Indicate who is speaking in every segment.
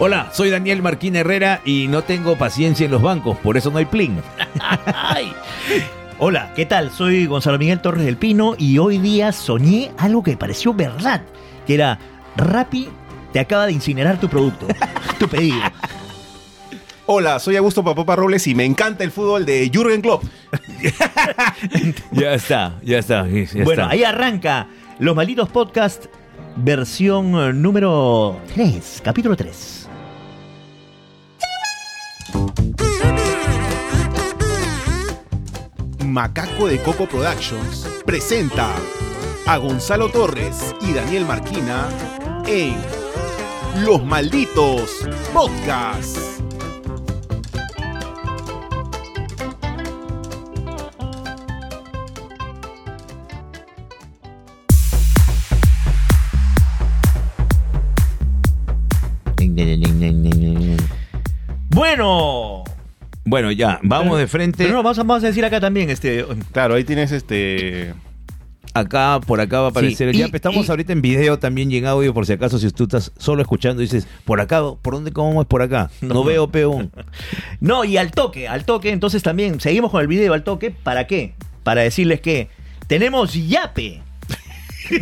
Speaker 1: Hola, soy Daniel Marquín Herrera y no tengo paciencia en los bancos, por eso no hay plin.
Speaker 2: Ay. Hola, ¿qué tal? Soy Gonzalo Miguel Torres del Pino y hoy día soñé algo que pareció verdad, que era Rappi te acaba de incinerar tu producto, tu pedido.
Speaker 3: Hola, soy Augusto Papopa Robles y me encanta el fútbol de Jürgen Klopp.
Speaker 1: ya está, ya está. ya
Speaker 2: bueno,
Speaker 1: está.
Speaker 2: ahí arranca Los Malditos Podcast, versión eh, número 3, capítulo 3.
Speaker 3: Macaco de Coco Productions presenta a Gonzalo Torres y Daniel Marquina en Los Malditos Podcast.
Speaker 2: Bueno,
Speaker 1: Bueno, ya, vamos de frente.
Speaker 2: pero no, vamos a, vamos a decir acá también, este...
Speaker 3: Claro, ahí tienes este.
Speaker 1: Acá, por acá va a aparecer.
Speaker 2: Sí,
Speaker 1: ya
Speaker 2: y-
Speaker 1: estamos
Speaker 2: y-
Speaker 1: ahorita en video también y en audio, por si acaso, si tú estás solo escuchando, dices, por acá, ¿por dónde cómo es por acá? No, veo peón.
Speaker 2: No, y al toque, al toque, entonces también seguimos con el video al toque, ¿para qué? Para decirles que tenemos Yape.
Speaker 3: y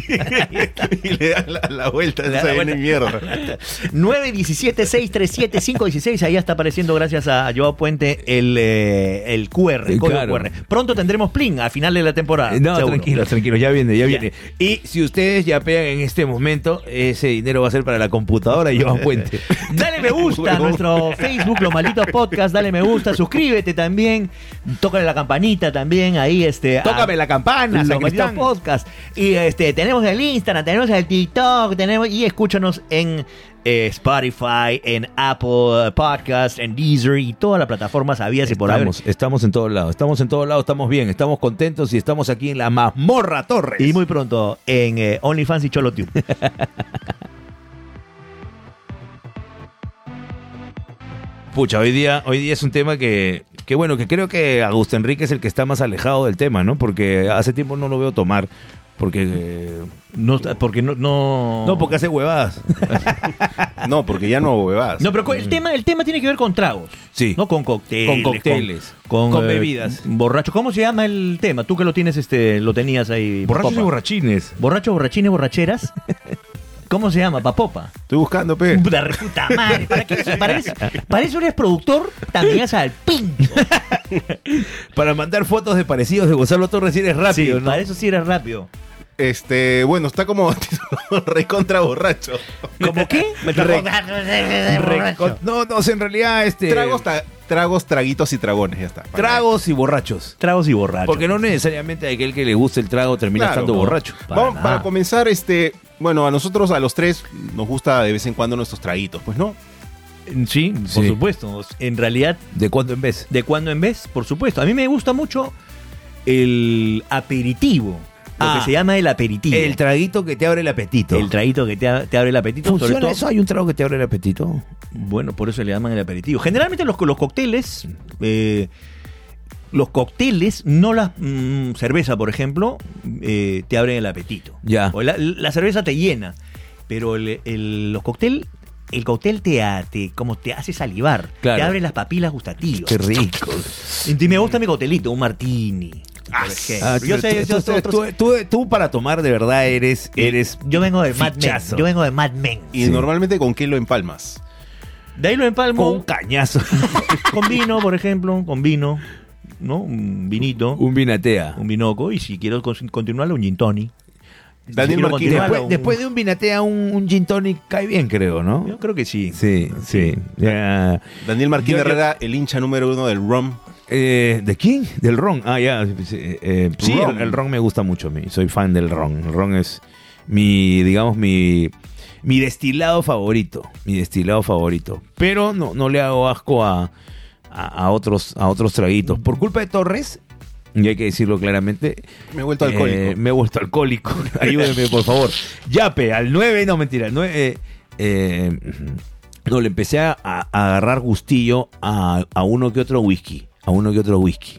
Speaker 3: le das la, la vuelta,
Speaker 2: Le das
Speaker 3: esa
Speaker 2: la
Speaker 3: vaina
Speaker 2: vuelta.
Speaker 3: de mierda.
Speaker 2: 917-637-516. Ahí está apareciendo, gracias a Joao Puente, el, eh, el QR, el código
Speaker 1: Claro. Eh,
Speaker 2: QR. Pronto tendremos Plin al final de la temporada.
Speaker 1: Ah, No,
Speaker 2: seguro.
Speaker 1: tranquilo, tranquilo, ya viene, ya
Speaker 2: Ya.
Speaker 1: viene. Y si ustedes ya pegan en este momento, ese dinero va a ser para la computadora y Joan Puente.
Speaker 2: Dale me gusta a nuestro Facebook, Los Malditos Podcast. Dale me gusta, suscríbete también. Tócale la campanita también. Ahí este. a-
Speaker 1: Tócame la campana,
Speaker 2: Los Malditos
Speaker 1: sacristán.
Speaker 2: Podcast. Y este, tenemos el Instagram, tenemos el TikTok, tenemos. Y escúchanos en eh, Spotify, en Apple Podcast, en Deezer y todas las plataformas habías y por haber.
Speaker 1: Estamos, estamos en todos lados, estamos en todos lados, estamos bien, estamos contentos y estamos aquí en la mazmorra Torres.
Speaker 2: Y muy pronto en eh, OnlyFans y CholoTube.
Speaker 1: Pucha, hoy día, hoy día es un tema que, que bueno, que creo que Augusto Enrique es el que está más alejado del tema, ¿no? Porque hace tiempo no lo veo tomar, porque... eh,
Speaker 2: No, porque no, no.
Speaker 1: no, porque hace huevadas.
Speaker 3: No, porque ya no huevas.
Speaker 2: No, pero cu- el tema, el tema tiene que ver con tragos.
Speaker 1: Sí.
Speaker 2: No Mm. con cócteles.
Speaker 1: Con cócteles, con bebidas.
Speaker 2: Borracho. ¿Cómo se llama el tema? Tú que lo tienes, este, lo tenías ahí.
Speaker 1: Borrachos y
Speaker 2: Papopa.
Speaker 1: borrachines.
Speaker 2: Borrachos, borrachines, borracheras. ¿Cómo se llama? Papopa.
Speaker 3: Estoy buscando, pe.
Speaker 2: Puta re- puta madre. ¿Para, qué eres- para eso, para eso eres productor, también es al pincho.
Speaker 1: Para mandar fotos de parecidos de Gonzalo Torres si eres
Speaker 2: Sí,
Speaker 1: rápido, ¿no?
Speaker 2: para eso sí eres rápido.
Speaker 3: Este, bueno, está como recontra borracho.
Speaker 2: ¿Cómo qué?
Speaker 3: Re-
Speaker 1: Con- No, no, en realidad este
Speaker 3: Tragos, ta- tragos, traguitos y tragones, ya está.
Speaker 1: tragos y borrachos.
Speaker 2: Tragos y borrachos.
Speaker 1: Porque no necesariamente aquel que le guste el trago termina
Speaker 3: Claro,
Speaker 1: estando
Speaker 3: no.
Speaker 1: borracho.
Speaker 2: Para
Speaker 3: Vamos,
Speaker 2: nada.
Speaker 3: para comenzar, este, bueno, a nosotros, a los tres, nos gusta de vez en cuando nuestros traguitos, pues no.
Speaker 2: Sí, por
Speaker 1: Sí.
Speaker 2: supuesto. En realidad,
Speaker 1: ¿De cuándo en vez?
Speaker 2: de cuando en vez, por supuesto. A mí me gusta mucho el aperitivo.
Speaker 1: Ah,
Speaker 2: lo que se llama el aperitivo.
Speaker 1: El traguito que te abre el apetito.
Speaker 2: El traguito que te, a- te abre el apetito. sobre
Speaker 1: ¿Funciona
Speaker 2: todo-
Speaker 1: eso? ¿Hay un trago que te abre el apetito?
Speaker 2: Bueno, por eso le llaman el aperitivo. Generalmente los, los cócteles, eh, los cócteles, no la mm, cerveza, por ejemplo, eh, te abren el apetito.
Speaker 1: Ya.
Speaker 2: O la, la cerveza te llena, pero el, el- los cócteles... El cóctel te, ha- te- como te hace salivar,
Speaker 1: Claro.
Speaker 2: te abre las papilas gustativas.
Speaker 1: Qué rico.
Speaker 2: Y me gusta mi cóctelito, un martini. por ejemplo.
Speaker 1: Ah,
Speaker 2: yo
Speaker 1: tú-
Speaker 2: sé, yo sé
Speaker 1: tú- tú-
Speaker 2: otros-
Speaker 1: tú, tú para tomar de verdad eres, eres
Speaker 2: yo vengo de Mad Men.
Speaker 1: fichazo.
Speaker 2: Yo vengo de Mad Men.
Speaker 3: Y normalmente con qué lo empalmas.
Speaker 2: De ahí lo empalmo
Speaker 1: con un cañazo.
Speaker 2: con vino, por ejemplo, con vino, ¿no? Un vinito,
Speaker 1: un vinatea.
Speaker 2: un vinoco, y si quiero cons- continuarlo, un gin tonic.
Speaker 3: Daniel
Speaker 2: quiero
Speaker 3: Marquina.
Speaker 2: continuarlo,
Speaker 1: Después,
Speaker 2: un-
Speaker 1: después de un vinatea, un, un gin tonic cae bien, creo,
Speaker 2: Yo
Speaker 1: ¿no?
Speaker 2: creo que sí.
Speaker 1: Sí, sí. Ya.
Speaker 3: Daniel
Speaker 1: Yo-
Speaker 3: Martín
Speaker 1: yo-
Speaker 3: Herrera, el hincha número uno del rum.
Speaker 1: Eh, ¿De quién? Del ron. Ah, ya. Sí, eh, eh, sí,
Speaker 3: Ron.
Speaker 1: El, el ron me gusta mucho a mí. Soy fan del ron. El ron es mi, digamos, mi, mi destilado favorito. Mi destilado favorito. Pero no, no le hago asco a, a, a otros, a otros traguitos. Por culpa de Torres, y hay que decirlo claramente,
Speaker 3: Me he vuelto
Speaker 1: eh,
Speaker 3: alcohólico.
Speaker 1: me he vuelto alcohólico. Ayúdeme, por favor. Yape, al 9, no mentira, al 9. eh, eh, no, le empecé a, a agarrar gustillo a, a uno que otro whisky. A uno que otro whisky.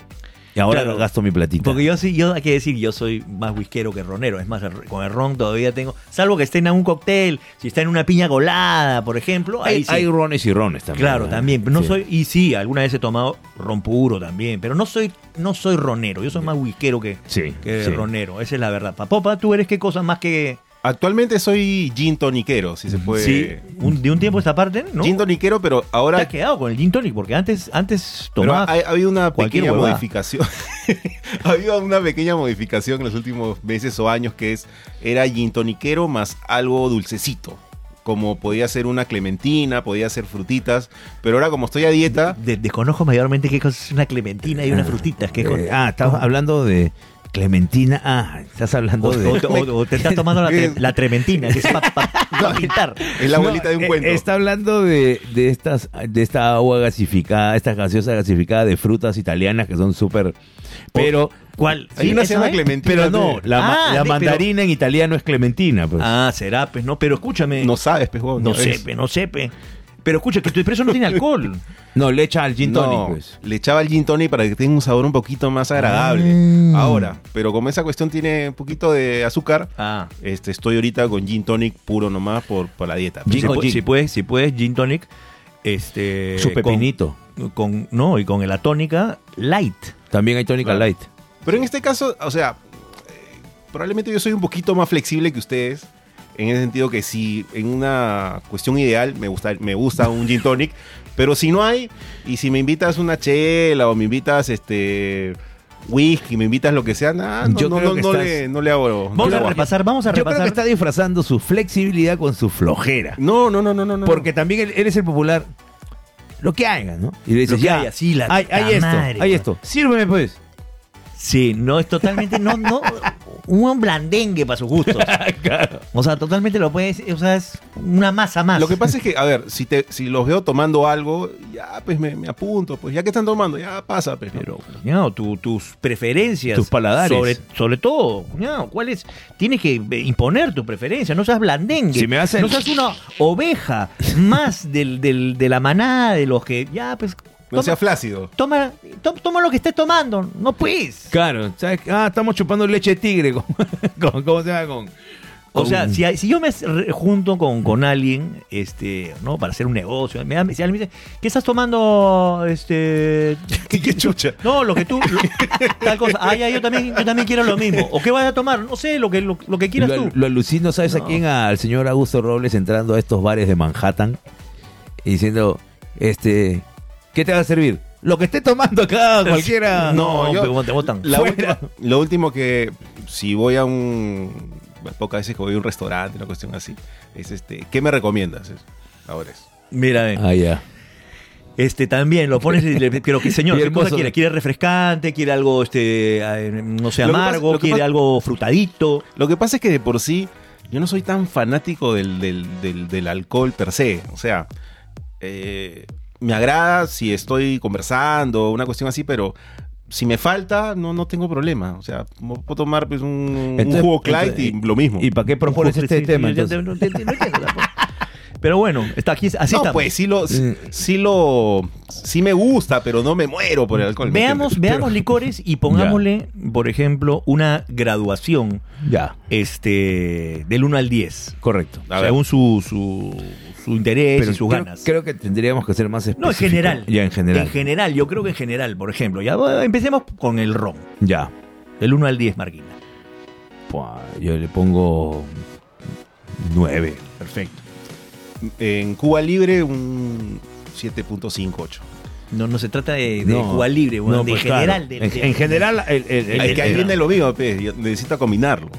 Speaker 1: Y ahora
Speaker 2: Claro.
Speaker 1: gasto mi platita.
Speaker 2: Porque yo sí, yo hay que decir, yo soy más whiskero que ronero. Es más, el- con el ron todavía tengo. Salvo que estén en un cóctel, si está en una piña colada, por ejemplo. Ahí
Speaker 1: hay,
Speaker 2: sí.
Speaker 1: hay rones y rones también.
Speaker 2: Claro,
Speaker 1: ¿no?
Speaker 2: también. pero No
Speaker 1: Sí.
Speaker 2: soy, y sí, alguna vez he tomado ron puro también, pero no soy, no soy ronero, yo soy más whiskero que,
Speaker 1: Sí,
Speaker 2: que
Speaker 1: sí.
Speaker 2: ronero, esa es la verdad. Papopa, tú eres qué cosa más que
Speaker 3: Actualmente soy gin toniquero, si se puede.
Speaker 2: sí, un- de un tiempo a esta parte, ¿no?
Speaker 3: Gin toniquero, pero
Speaker 2: Te
Speaker 3: ahora
Speaker 2: has quedado con el gin tonic, porque antes, antes
Speaker 3: Pero ha,
Speaker 2: tomabas.
Speaker 3: ha habido una
Speaker 2: cualquier
Speaker 3: pequeña
Speaker 2: huevada.
Speaker 3: modificación. ha habido una pequeña modificación en los últimos meses o años que es era gin toniquero más algo dulcecito. Como podía ser una clementina, podía ser frutitas, pero ahora como estoy a dieta,
Speaker 2: de- desconozco mayormente qué cosa es una clementina y unas frutitas. Qué cosa.
Speaker 1: Eh, ah, estamos hablando de Clementina. Ah, estás hablando
Speaker 2: O,
Speaker 1: de.
Speaker 2: o- o- o te estás tomando la, tre- la trementina, que es para pintar.
Speaker 3: es la abuelita de un
Speaker 1: Eh,
Speaker 3: cuento.
Speaker 1: Está hablando de, de estas, de esta agua gasificada, esta gaseosa gasificada de frutas italianas que son súper. Pero.
Speaker 2: ¿Cuál?
Speaker 3: Hay
Speaker 2: Sí,
Speaker 3: una
Speaker 2: esa
Speaker 3: se llama
Speaker 2: es.
Speaker 3: clementina.
Speaker 1: Pero no,
Speaker 3: pe.
Speaker 1: la, ma-
Speaker 2: Oh. Ah,
Speaker 1: la
Speaker 2: sí, pero-
Speaker 1: mandarina en italiano es clementina. Pues.
Speaker 2: Ah, será, pues no, pero escúchame.
Speaker 3: no sabes, pues, huevón,
Speaker 2: No
Speaker 3: ya
Speaker 2: sé,
Speaker 3: ves.
Speaker 2: pe, no sé, pe. Pero escucha, que tu expreso no tiene alcohol.
Speaker 1: No, le echa al gin
Speaker 3: No,
Speaker 1: tonic, pues.
Speaker 3: le echaba el gin tonic para que tenga un sabor un poquito más agradable.
Speaker 1: Ah.
Speaker 3: Ahora, pero como esa cuestión tiene un poquito de azúcar,
Speaker 2: Ah.
Speaker 3: este, estoy ahorita con gin tonic puro nomás por, por la dieta.
Speaker 2: Si,
Speaker 1: Gin con
Speaker 2: pu-
Speaker 1: gin.
Speaker 2: si puedes, si puedes, gin tonic. Este,
Speaker 1: Su pepinito.
Speaker 2: Con, con- no, y con la tónica light.
Speaker 1: También hay tónica
Speaker 3: Claro.
Speaker 1: light.
Speaker 3: Pero en este caso, o sea, eh, probablemente yo soy un poquito más flexible que ustedes. En el sentido que si en una cuestión ideal me gusta, me gusta un gin tonic, pero si no hay, y si me invitas una chela o me invitas este whisky, me invitas lo que sea, nah, no,
Speaker 1: Yo
Speaker 3: no,
Speaker 1: creo
Speaker 3: no-
Speaker 1: que
Speaker 3: no
Speaker 1: estás-
Speaker 3: le, no le hago. No,
Speaker 2: Vamos
Speaker 3: le
Speaker 2: a
Speaker 3: hago.
Speaker 2: repasar, vamos a
Speaker 1: Yo creo que
Speaker 2: repasar.
Speaker 1: está disfrazando su flexibilidad con su flojera.
Speaker 3: no, no, no, no, no, no.
Speaker 1: Porque también él, él es el popular. Lo que haga, ¿no? Y le dices,
Speaker 2: que
Speaker 1: ya,
Speaker 2: haya, sí, la
Speaker 1: hay, hay
Speaker 2: puta
Speaker 1: esto,
Speaker 2: madre,
Speaker 1: hay
Speaker 2: güey.
Speaker 1: esto. Sírveme, pues.
Speaker 2: Sí, no es totalmente, no, no, un blandengue para sus gustos. O sea, totalmente lo puedes, o sea, es una masa más.
Speaker 3: Lo que pasa es que, a ver, si te, si los veo tomando algo, ya pues me, me apunto, pues ya que están tomando, ya pasa, pues, ¿no?
Speaker 2: Pero, cuñado, tu- tus preferencias.
Speaker 1: Tus paladares.
Speaker 2: Sobre, sobre todo, cuñado, ¿cuál es? Tienes que eh, imponer tu preferencia, no seas blandengue.
Speaker 1: Si me hacen-
Speaker 2: No seas una oveja más del, del- de la manada de los que, ya, pues,
Speaker 3: no
Speaker 2: toma,
Speaker 3: sea flácido.
Speaker 2: toma, to- toma lo que estés tomando, no pues.
Speaker 1: Claro, ¿sabes? qué? Ah, estamos chupando leche de tigre. Con, con- ¿Cómo se llama? Con,
Speaker 2: O sea,
Speaker 1: con-
Speaker 2: si, hay- si yo me s- re- junto con, con alguien, este, ¿no? Para hacer un negocio, me, da- si alguien me dice, ¿qué estás tomando? Este.
Speaker 3: ¿Qué, qué chucha?
Speaker 2: No, lo que tú. lo- tal cosa. Ah, ya, yo también, yo también quiero lo mismo. ¿O qué vas a tomar? No sé, lo que, lo, lo que quieras
Speaker 1: lo,
Speaker 2: tú.
Speaker 1: lo alucino, ¿sabes a
Speaker 2: No.
Speaker 1: quién? Al señor Augusto Robles entrando a estos bares de Manhattan y diciendo, este, ¿qué te va a servir? Lo que esté tomando acá, cualquiera.
Speaker 3: No, yo-
Speaker 2: pero te botan.
Speaker 3: La
Speaker 1: Fuera.
Speaker 3: última- lo último que si voy a un bueno, pocas veces que voy a un restaurante, una cuestión así, es este, ¿qué me recomiendas? Es- Ahora es.
Speaker 2: Mira, eh,
Speaker 1: Ah, ya.
Speaker 2: este también lo pones y le- pero que señor,
Speaker 1: Y
Speaker 2: ¿qué cosa
Speaker 1: hermoso.
Speaker 2: quiere? ¿Quiere refrescante? ¿Quiere algo este eh, no sé,
Speaker 3: Lo que pasa-
Speaker 2: amargo?
Speaker 3: lo que
Speaker 2: ¿Quiere
Speaker 3: pasa-
Speaker 2: algo frutadito?
Speaker 3: Lo que pasa es que de por sí yo no soy tan fanático del, del- del- del alcohol per se, o sea, eh, me agrada si estoy conversando, una cuestión así, pero si me falta, no, no tengo problema. O sea, mo- puedo tomar pues, un, un
Speaker 1: Entonces-
Speaker 3: jugo Clyde y
Speaker 1: entonces-
Speaker 3: lo mismo.
Speaker 1: ¿Y para qué propones
Speaker 2: Sí,
Speaker 1: este
Speaker 2: sí,
Speaker 1: tema?
Speaker 2: yo ya
Speaker 1: entonces?
Speaker 2: te- no te- no entiendo tampoco. Pero bueno, está aquí así
Speaker 3: no,
Speaker 2: estamos.
Speaker 3: pues sí lo, sí,
Speaker 1: Mm.
Speaker 3: sí lo, sí me gusta, pero no me muero por el alcohol. ¿me
Speaker 2: Veamos,
Speaker 3: entiendes?
Speaker 2: veamos licores y pongámosle, por ejemplo, una graduación
Speaker 1: Ya,
Speaker 2: este del 1 al 10.
Speaker 1: correcto.
Speaker 3: A ver.
Speaker 2: según su, su, su interés y sus
Speaker 1: creo,
Speaker 2: ganas.
Speaker 1: creo que tendríamos que ser más
Speaker 2: no,
Speaker 1: específicos.
Speaker 2: en general.
Speaker 1: Ya, en general.
Speaker 2: En general, yo creo que en general, por ejemplo. Ya bueno, empecemos con el ron.
Speaker 1: ya.
Speaker 2: Del 1 al 10, Marquina.
Speaker 1: Pua, yo le pongo nueve.
Speaker 2: Perfecto.
Speaker 3: En Cuba Libre, un 7.58.
Speaker 2: No, no se trata de, de
Speaker 1: No.
Speaker 2: jugar libre, bueno,
Speaker 1: No,
Speaker 2: de
Speaker 1: pues,
Speaker 2: general.
Speaker 1: claro.
Speaker 2: de-
Speaker 1: en,
Speaker 2: de-
Speaker 1: en general, el- el- el-
Speaker 3: Hay que ahí
Speaker 1: el-
Speaker 3: viene lo mío, pe, yo necesito combinarlo.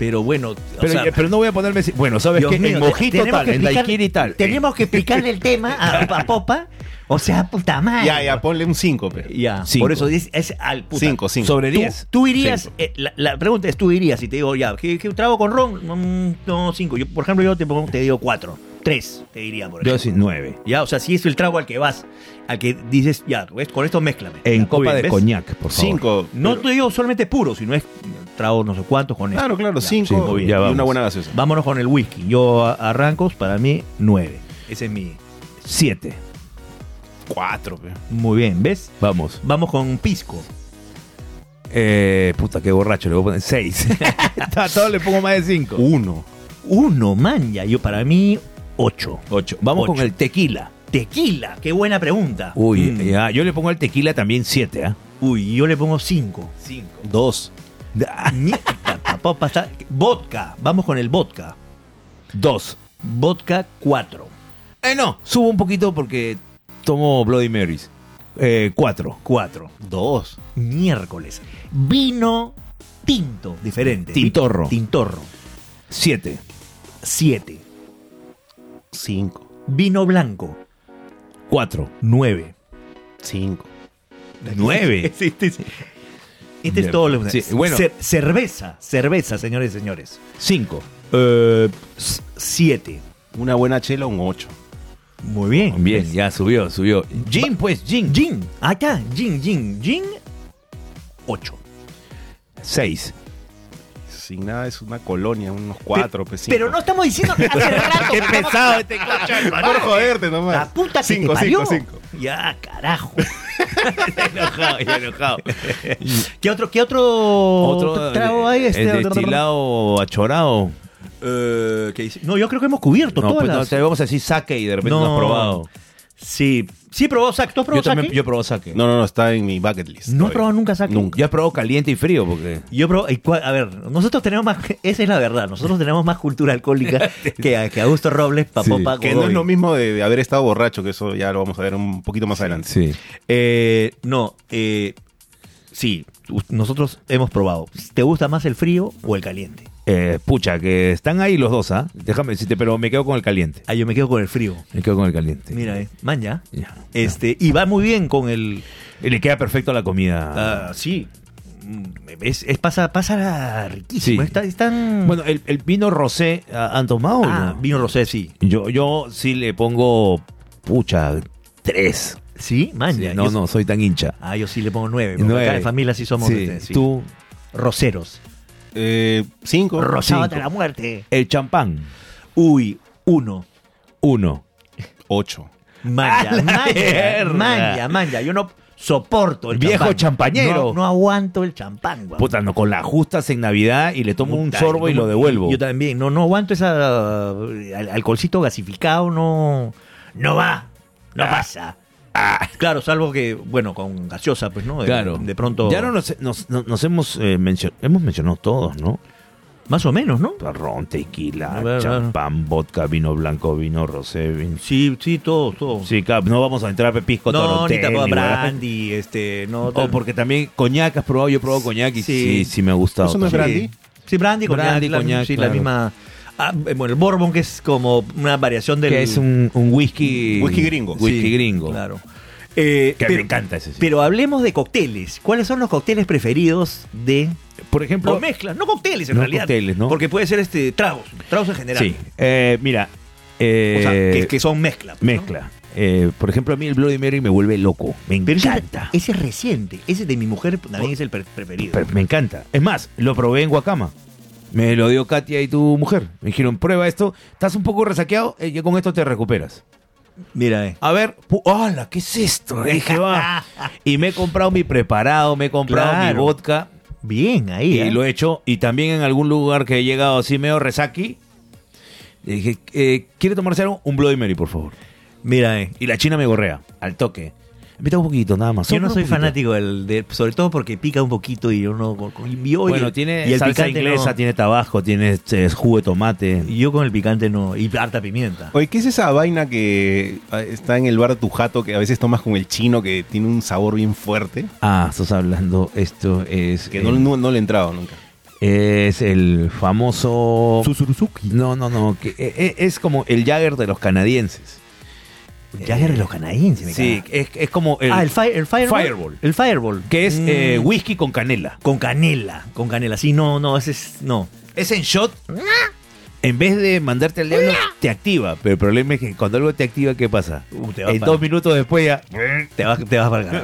Speaker 2: Pero bueno, o
Speaker 1: pero,
Speaker 2: sea,
Speaker 1: ya- pero no voy a ponerme. si- Bueno, ¿sabes
Speaker 2: Dios
Speaker 1: qué?
Speaker 2: mío,
Speaker 1: en
Speaker 2: te-
Speaker 1: mojito
Speaker 2: tenemos
Speaker 1: tal,
Speaker 2: que
Speaker 1: en
Speaker 2: explicar-
Speaker 1: daiquiri tal.
Speaker 2: Tenemos que explicarle el tema a, a Popa. O sea, puta madre.
Speaker 3: Ya, ya, ponle un 5, pe.
Speaker 2: Ah, Ya,
Speaker 1: Cinco.
Speaker 2: por eso es, es al puta.
Speaker 3: 5, 5.
Speaker 1: Sobre
Speaker 2: Tú,
Speaker 1: 10.
Speaker 2: tú irías,
Speaker 3: Cinco.
Speaker 2: eh, la, la pregunta es, tú irías y te digo, ya, ¿qué, qué trago con ron? Mm, no, cinco. Yo, por ejemplo, yo te, pongo- te digo cuatro. Tres, te diría, por
Speaker 1: Yo sí,
Speaker 2: ejemplo.
Speaker 1: nueve.
Speaker 2: Ya, o sea, si es el trago al que vas, al que dices, ya, ¿ves? con esto mézclame.
Speaker 1: En
Speaker 2: Ya,
Speaker 1: copa
Speaker 2: ¿ves?
Speaker 1: de coñac, por favor.
Speaker 3: 5.
Speaker 2: No te digo solamente puro, sino es trago no sé cuántos con esto.
Speaker 3: Claro, claro,
Speaker 2: Ya.
Speaker 3: 5
Speaker 1: cinco,
Speaker 3: y
Speaker 1: bien, ya
Speaker 3: una
Speaker 1: vamos.
Speaker 3: buena gaseosa.
Speaker 2: Vámonos con el whisky. Yo a- arranco, para mí, nueve. Ese es mi...
Speaker 1: Siete.
Speaker 3: 4, pe.
Speaker 2: Muy bien, ¿ves?
Speaker 1: Vamos.
Speaker 2: Vamos con pisco.
Speaker 1: Eh, puta, qué borracho, le voy a poner 6. a todos le pongo más de 5.
Speaker 3: Uno.
Speaker 2: Uno, man, ya. Yo para mí, ocho.
Speaker 1: 8. Vamos
Speaker 2: Ocho.
Speaker 1: con el tequila.
Speaker 2: Tequila, qué buena pregunta.
Speaker 1: Uy, eh,
Speaker 2: Mm.
Speaker 1: ya, yo le pongo al tequila también 7, ¿ah?
Speaker 2: Uy, yo le pongo cinco. Ah,
Speaker 1: 5.
Speaker 3: Dos.
Speaker 2: Mierda, papá, pasa- Vodka, vamos con el vodka.
Speaker 1: 2.
Speaker 2: Vodka 4.
Speaker 1: Eh, no, subo un poquito porque tomo Bloody Marys. 4.
Speaker 2: 4.
Speaker 3: Dos.
Speaker 2: Miércoles. Vino tinto, diferente.
Speaker 1: Tintorro.
Speaker 2: Tintorro.
Speaker 1: 7.
Speaker 2: 7.
Speaker 3: Cinco.
Speaker 2: Vino blanco.
Speaker 1: 4.
Speaker 2: 9.
Speaker 3: Cinco.
Speaker 1: 9.
Speaker 2: Este, este, este es todo lo
Speaker 1: Sí, bueno.
Speaker 2: Cer- cerveza, cerveza, señores y señores.
Speaker 1: 5. Eh,
Speaker 2: 7.
Speaker 3: Una buena chela, un ocho.
Speaker 2: Muy bien.
Speaker 1: Bien, ya subió, subió. Gin, pues, gin.
Speaker 2: Gin. Acá, gin, gin, gin. 8.
Speaker 1: 6.
Speaker 3: Sin nada, es una colonia, unos cuatro, pues cinco.
Speaker 2: Pero no estamos diciendo que hace rato.
Speaker 1: Qué pesado este coche.
Speaker 3: Por joderte nomás.
Speaker 2: La puta que
Speaker 3: cinco,
Speaker 2: te parió.
Speaker 3: cinco,
Speaker 2: Ya, carajo.
Speaker 1: enojado, ya enojado.
Speaker 2: ¿Qué otro, qué otro,
Speaker 1: Otro
Speaker 2: trago hay? Este,
Speaker 1: el destilado achorado.
Speaker 3: cinco. Eh, ¿Qué dice?
Speaker 2: No, yo creo que hemos cubierto
Speaker 1: No,
Speaker 2: todas
Speaker 1: pues, no,
Speaker 2: las-
Speaker 1: te vamos a decir saque y de repente no,
Speaker 2: No.
Speaker 1: has probado.
Speaker 2: Sí, sí he probado saque. ¿Tú
Speaker 1: Yo
Speaker 2: has probado
Speaker 1: también
Speaker 2: saque?
Speaker 1: yo he probado saque.
Speaker 3: No, no, no, está en mi bucket list.
Speaker 2: No he
Speaker 3: todavía.
Speaker 2: probado nunca saque.
Speaker 3: Nunca.
Speaker 1: Yo he probado caliente y frío porque
Speaker 2: Yo probo- y cua- a ver, nosotros tenemos más, esa es la verdad, nosotros tenemos más cultura alcohólica que, a- que Augusto Robles, Papó
Speaker 1: Sí.
Speaker 2: Paco.
Speaker 3: Que no es
Speaker 2: Godoy.
Speaker 3: lo mismo de, de haber estado borracho, que eso ya lo vamos a ver un poquito más adelante.
Speaker 1: sí.
Speaker 2: Eh, no, eh, sí, u- nosotros hemos probado. ¿Te gusta más el frío o el caliente?
Speaker 1: Eh, pucha, que están ahí los dos, ¿ah? Déjame decirte, pero me quedo con el caliente.
Speaker 2: Ah, yo me quedo con el frío.
Speaker 1: Me quedo con el caliente.
Speaker 2: Mira, eh, man ya.
Speaker 1: Ya,
Speaker 2: Este, y va muy bien con el,
Speaker 1: Y le queda perfecto a la comida.
Speaker 2: Ah, sí. Mm, Es, es pasa, pasa riquísimo.
Speaker 1: Sí.
Speaker 2: Está- están.
Speaker 1: Bueno, el, el vino rosé, ¿ah, ¿han tomado o
Speaker 2: Ah,
Speaker 1: no?
Speaker 2: vino rosé, sí.
Speaker 1: Yo, yo sí le pongo, pucha, tres.
Speaker 2: Sí, man,
Speaker 1: Sí,
Speaker 2: ya,
Speaker 1: no,
Speaker 2: yo-
Speaker 1: no, soy tan hincha.
Speaker 2: Ah, yo sí le pongo nueve. porque
Speaker 1: Nueve.
Speaker 2: Acá en familia sí somos.
Speaker 1: Sí,
Speaker 2: este, sí.
Speaker 1: Tú,
Speaker 2: Roseros.
Speaker 3: Eh, cinco.
Speaker 2: Rosado hasta
Speaker 3: Cinco.
Speaker 2: la muerte.
Speaker 1: el champán,
Speaker 2: Uy, uno.
Speaker 1: uno.
Speaker 3: Ocho.
Speaker 1: ¡A la
Speaker 2: Manja, manja,
Speaker 1: mierda!
Speaker 2: manja, manja. Yo no soporto el
Speaker 1: Viejo
Speaker 2: champán.
Speaker 1: champañero.
Speaker 2: No, no aguanto el champán, guau.
Speaker 1: Puta, no, con las justas en Navidad y le tomo un
Speaker 2: Puta,
Speaker 1: sorbo y
Speaker 2: no,
Speaker 1: lo devuelvo.
Speaker 2: Yo también, no, no aguanto esa uh, al- alcoholcito gasificado, no, no va,
Speaker 1: Ah.
Speaker 2: no pasa. Claro, salvo que, bueno, con gaseosa, pues, ¿no? De,
Speaker 1: Claro.
Speaker 2: De pronto.
Speaker 1: Ya no nos, nos- no- nos hemos, eh, mencio- hemos mencionado todos, ¿no?
Speaker 2: Más o menos, ¿no?
Speaker 1: Ron, tequila,
Speaker 2: A ver, a ver.
Speaker 1: champán, vodka, vino blanco, vino rosé, vino...
Speaker 2: Sí, sí, todos, todos.
Speaker 1: Sí, cap, no vamos a entrar a Pepisco
Speaker 2: no, ni
Speaker 1: Torotel,
Speaker 2: tampoco
Speaker 1: ni Guarapo.
Speaker 2: brandy, este, no.
Speaker 1: O porque también coñac has probado, yo he probado coñac y sí,
Speaker 2: Sí.
Speaker 1: sí, me ha gustado.
Speaker 3: Eso no es
Speaker 1: también.
Speaker 3: brandy.
Speaker 2: Sí, brandy, coñac,
Speaker 1: Brandy,
Speaker 2: la-
Speaker 1: coñac,
Speaker 2: sí,
Speaker 1: claro.
Speaker 2: la misma. ah, bueno, el bourbon que es como una variación del.
Speaker 1: Que es un, un whisky...
Speaker 3: Whisky gringo.
Speaker 1: Whisky gringo.
Speaker 2: Claro. Eh,
Speaker 1: Que
Speaker 2: pero-
Speaker 1: me encanta ese. sí.
Speaker 2: Pero hablemos de cócteles. ¿Cuáles son los cócteles preferidos de
Speaker 1: por ejemplo...
Speaker 2: o mezclas? No cócteles en
Speaker 1: No
Speaker 2: realidad.
Speaker 1: cócteles, ¿no?
Speaker 2: Porque puede ser este tragos, tragos en general.
Speaker 1: Sí, eh, mira...
Speaker 2: O sea,
Speaker 1: eh,
Speaker 2: que, que son mezcla. pues, ¿no?
Speaker 1: Mezcla. Eh, por ejemplo, a mí el Bloody Mary me vuelve loco. Me
Speaker 2: Pero ese,
Speaker 1: encanta.
Speaker 2: ese es reciente. Ese de mi mujer también es el pre- preferido.
Speaker 1: Pero me encanta. Es más, lo probé en Guacama. Me lo dio Katia y tu mujer. Me dijeron, prueba esto. Estás un poco resaqueado, eh, ya con esto te recuperas.
Speaker 2: Mira, eh.
Speaker 1: A ver, pu- ¡hala! ¿Qué es esto? Dije, va. Y me he comprado mi preparado, me he comprado mi
Speaker 2: Claro.
Speaker 1: vodka
Speaker 2: Bien, ahí.
Speaker 1: y
Speaker 2: ¿eh?
Speaker 1: lo he hecho. Y también en algún lugar que he llegado así medio resaqui, le dije, eh, ¿quiere tomarse algo? Un Bloody Mary, por favor.
Speaker 2: Mira, eh.
Speaker 1: Y la china me gorrea, al toque. Invita un poquito, nada más.
Speaker 2: Yo
Speaker 1: solo
Speaker 2: no
Speaker 1: un
Speaker 2: soy
Speaker 1: poquito.
Speaker 2: fanático del, de- sobre todo porque pica un poquito y yo no y, oye,
Speaker 1: bueno, tiene
Speaker 2: y el
Speaker 1: salsa
Speaker 2: picante
Speaker 1: inglesa,
Speaker 2: no.
Speaker 1: tiene tabasco, tiene este, jugo de tomate.
Speaker 2: yo con el picante no y harta pimienta.
Speaker 3: Oye, ¿qué es esa vaina que ah, está en el bar de tu jato que a veces tomas con el chino que tiene un sabor bien fuerte?
Speaker 1: Ah, estás hablando, esto es...
Speaker 3: Que
Speaker 1: eh,
Speaker 3: no, no- no le he entrado nunca.
Speaker 1: Es el famoso... No, no, no, que, eh, eh, es como el Jagger de los canadienses.
Speaker 2: Jagger de los canadienses, me
Speaker 1: Sí,
Speaker 2: cago.
Speaker 1: es, es como el...
Speaker 2: ah, el, fi- el fireball.
Speaker 1: Fireball.
Speaker 2: El fireball.
Speaker 1: que es
Speaker 2: Mm.
Speaker 1: eh, whisky con canela.
Speaker 2: con canela. Con canela. Sí, no, no, ese es. No.
Speaker 1: Es en shot. En vez de mandarte al diablo,
Speaker 2: Mm.
Speaker 1: te activa. Pero el problema es que cuando algo te activa, ¿qué pasa?
Speaker 2: Uh, te vas
Speaker 1: En
Speaker 2: para- Eh.
Speaker 1: dos minutos después ya...
Speaker 2: Te vas, te vas para acá.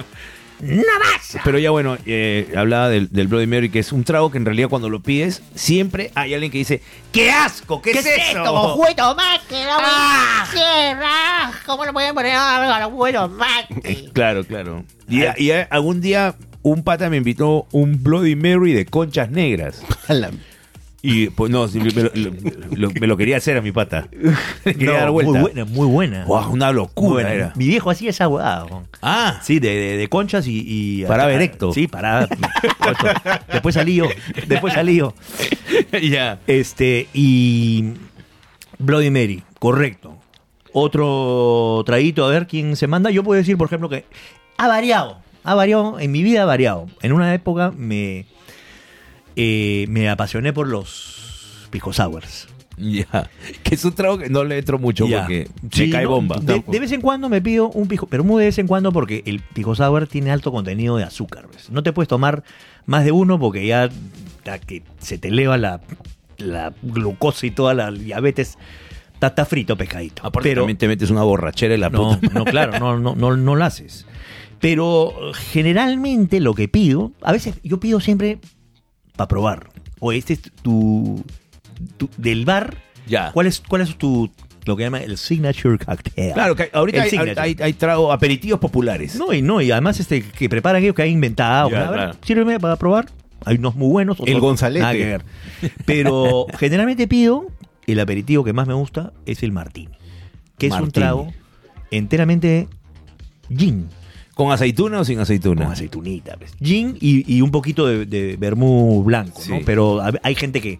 Speaker 1: Pero ya bueno, eh, hablaba del, del Bloody Mary, que es un trago que en realidad cuando lo pides, siempre hay alguien que dice, ¡qué asco! ¿Qué, es, esto?
Speaker 4: Bueno, mate, la ah. ¿Cómo lo pueden poner a los bueno, mate?
Speaker 1: Claro, claro. Y, y algún día un pata me invitó un Bloody Mary de conchas negras. Y pues no, sí, me lo, lo- lo- me lo quería hacer a mi pata. Le quería dar vuelta.
Speaker 2: Muy buena, muy buena.
Speaker 1: Guau, una locura
Speaker 2: Muy buena.
Speaker 1: era.
Speaker 2: Mi viejo hacía esa huevada. Juan.
Speaker 1: Ah,
Speaker 2: Sí, de, de- de conchas y, y-
Speaker 1: Paraba erecto.
Speaker 2: Sí, paraba. erecto. después salí yo. Después salí yo.
Speaker 1: ya.
Speaker 2: Este, y Bloody Mary, correcto. Otro traguito, a ver quién se manda. Yo puedo decir, por ejemplo, que ha variado. Ha variado, en mi vida ha variado. En una época me, eh, me apasioné por los pisco sours.
Speaker 1: Ya. Que es un trago que no le entro mucho
Speaker 2: Ya.
Speaker 1: porque
Speaker 2: Sí,
Speaker 1: me cae
Speaker 2: no,
Speaker 1: bomba.
Speaker 2: De, de vez en cuando me pido un pisco, pero muy de vez en cuando porque el pisco sour tiene alto contenido de azúcar. ¿ves? No te puedes tomar más de uno porque ya ta, que se te eleva la, la glucosa y toda la diabetes. Está, está frito pescadito.
Speaker 1: Aparte
Speaker 2: pero,
Speaker 1: también te metes una borrachera en la
Speaker 2: no,
Speaker 1: puta.
Speaker 2: no, claro, no, no, no, no lo haces. Pero generalmente lo que pido, a veces yo pido siempre para probar. O este es tu, tu- del bar.
Speaker 1: Ya.
Speaker 2: ¿Cuál es, cuál es tu, lo que llama el signature cocktail?
Speaker 1: Claro, que hay- ahorita
Speaker 2: El
Speaker 1: hay,
Speaker 2: signature.
Speaker 1: hay- hay trago, aperitivos populares.
Speaker 2: No, y no, y además este, que preparan ellos que hay inventado.
Speaker 1: Ya,
Speaker 2: A ver,
Speaker 1: claro.
Speaker 2: Sírveme para probar. Hay unos muy buenos. otros
Speaker 3: El Gonzalete.
Speaker 2: nada que ver. Pero generalmente pido, el aperitivo que más me gusta es el martini. Que es un
Speaker 1: Martini.
Speaker 2: trago enteramente gin.
Speaker 1: ¿Con aceituna o sin aceituna?
Speaker 2: Con aceitunita. pues. Gin y, y un poquito de, de vermú blanco, ¿no?
Speaker 1: Sí.
Speaker 2: Pero a- hay gente que,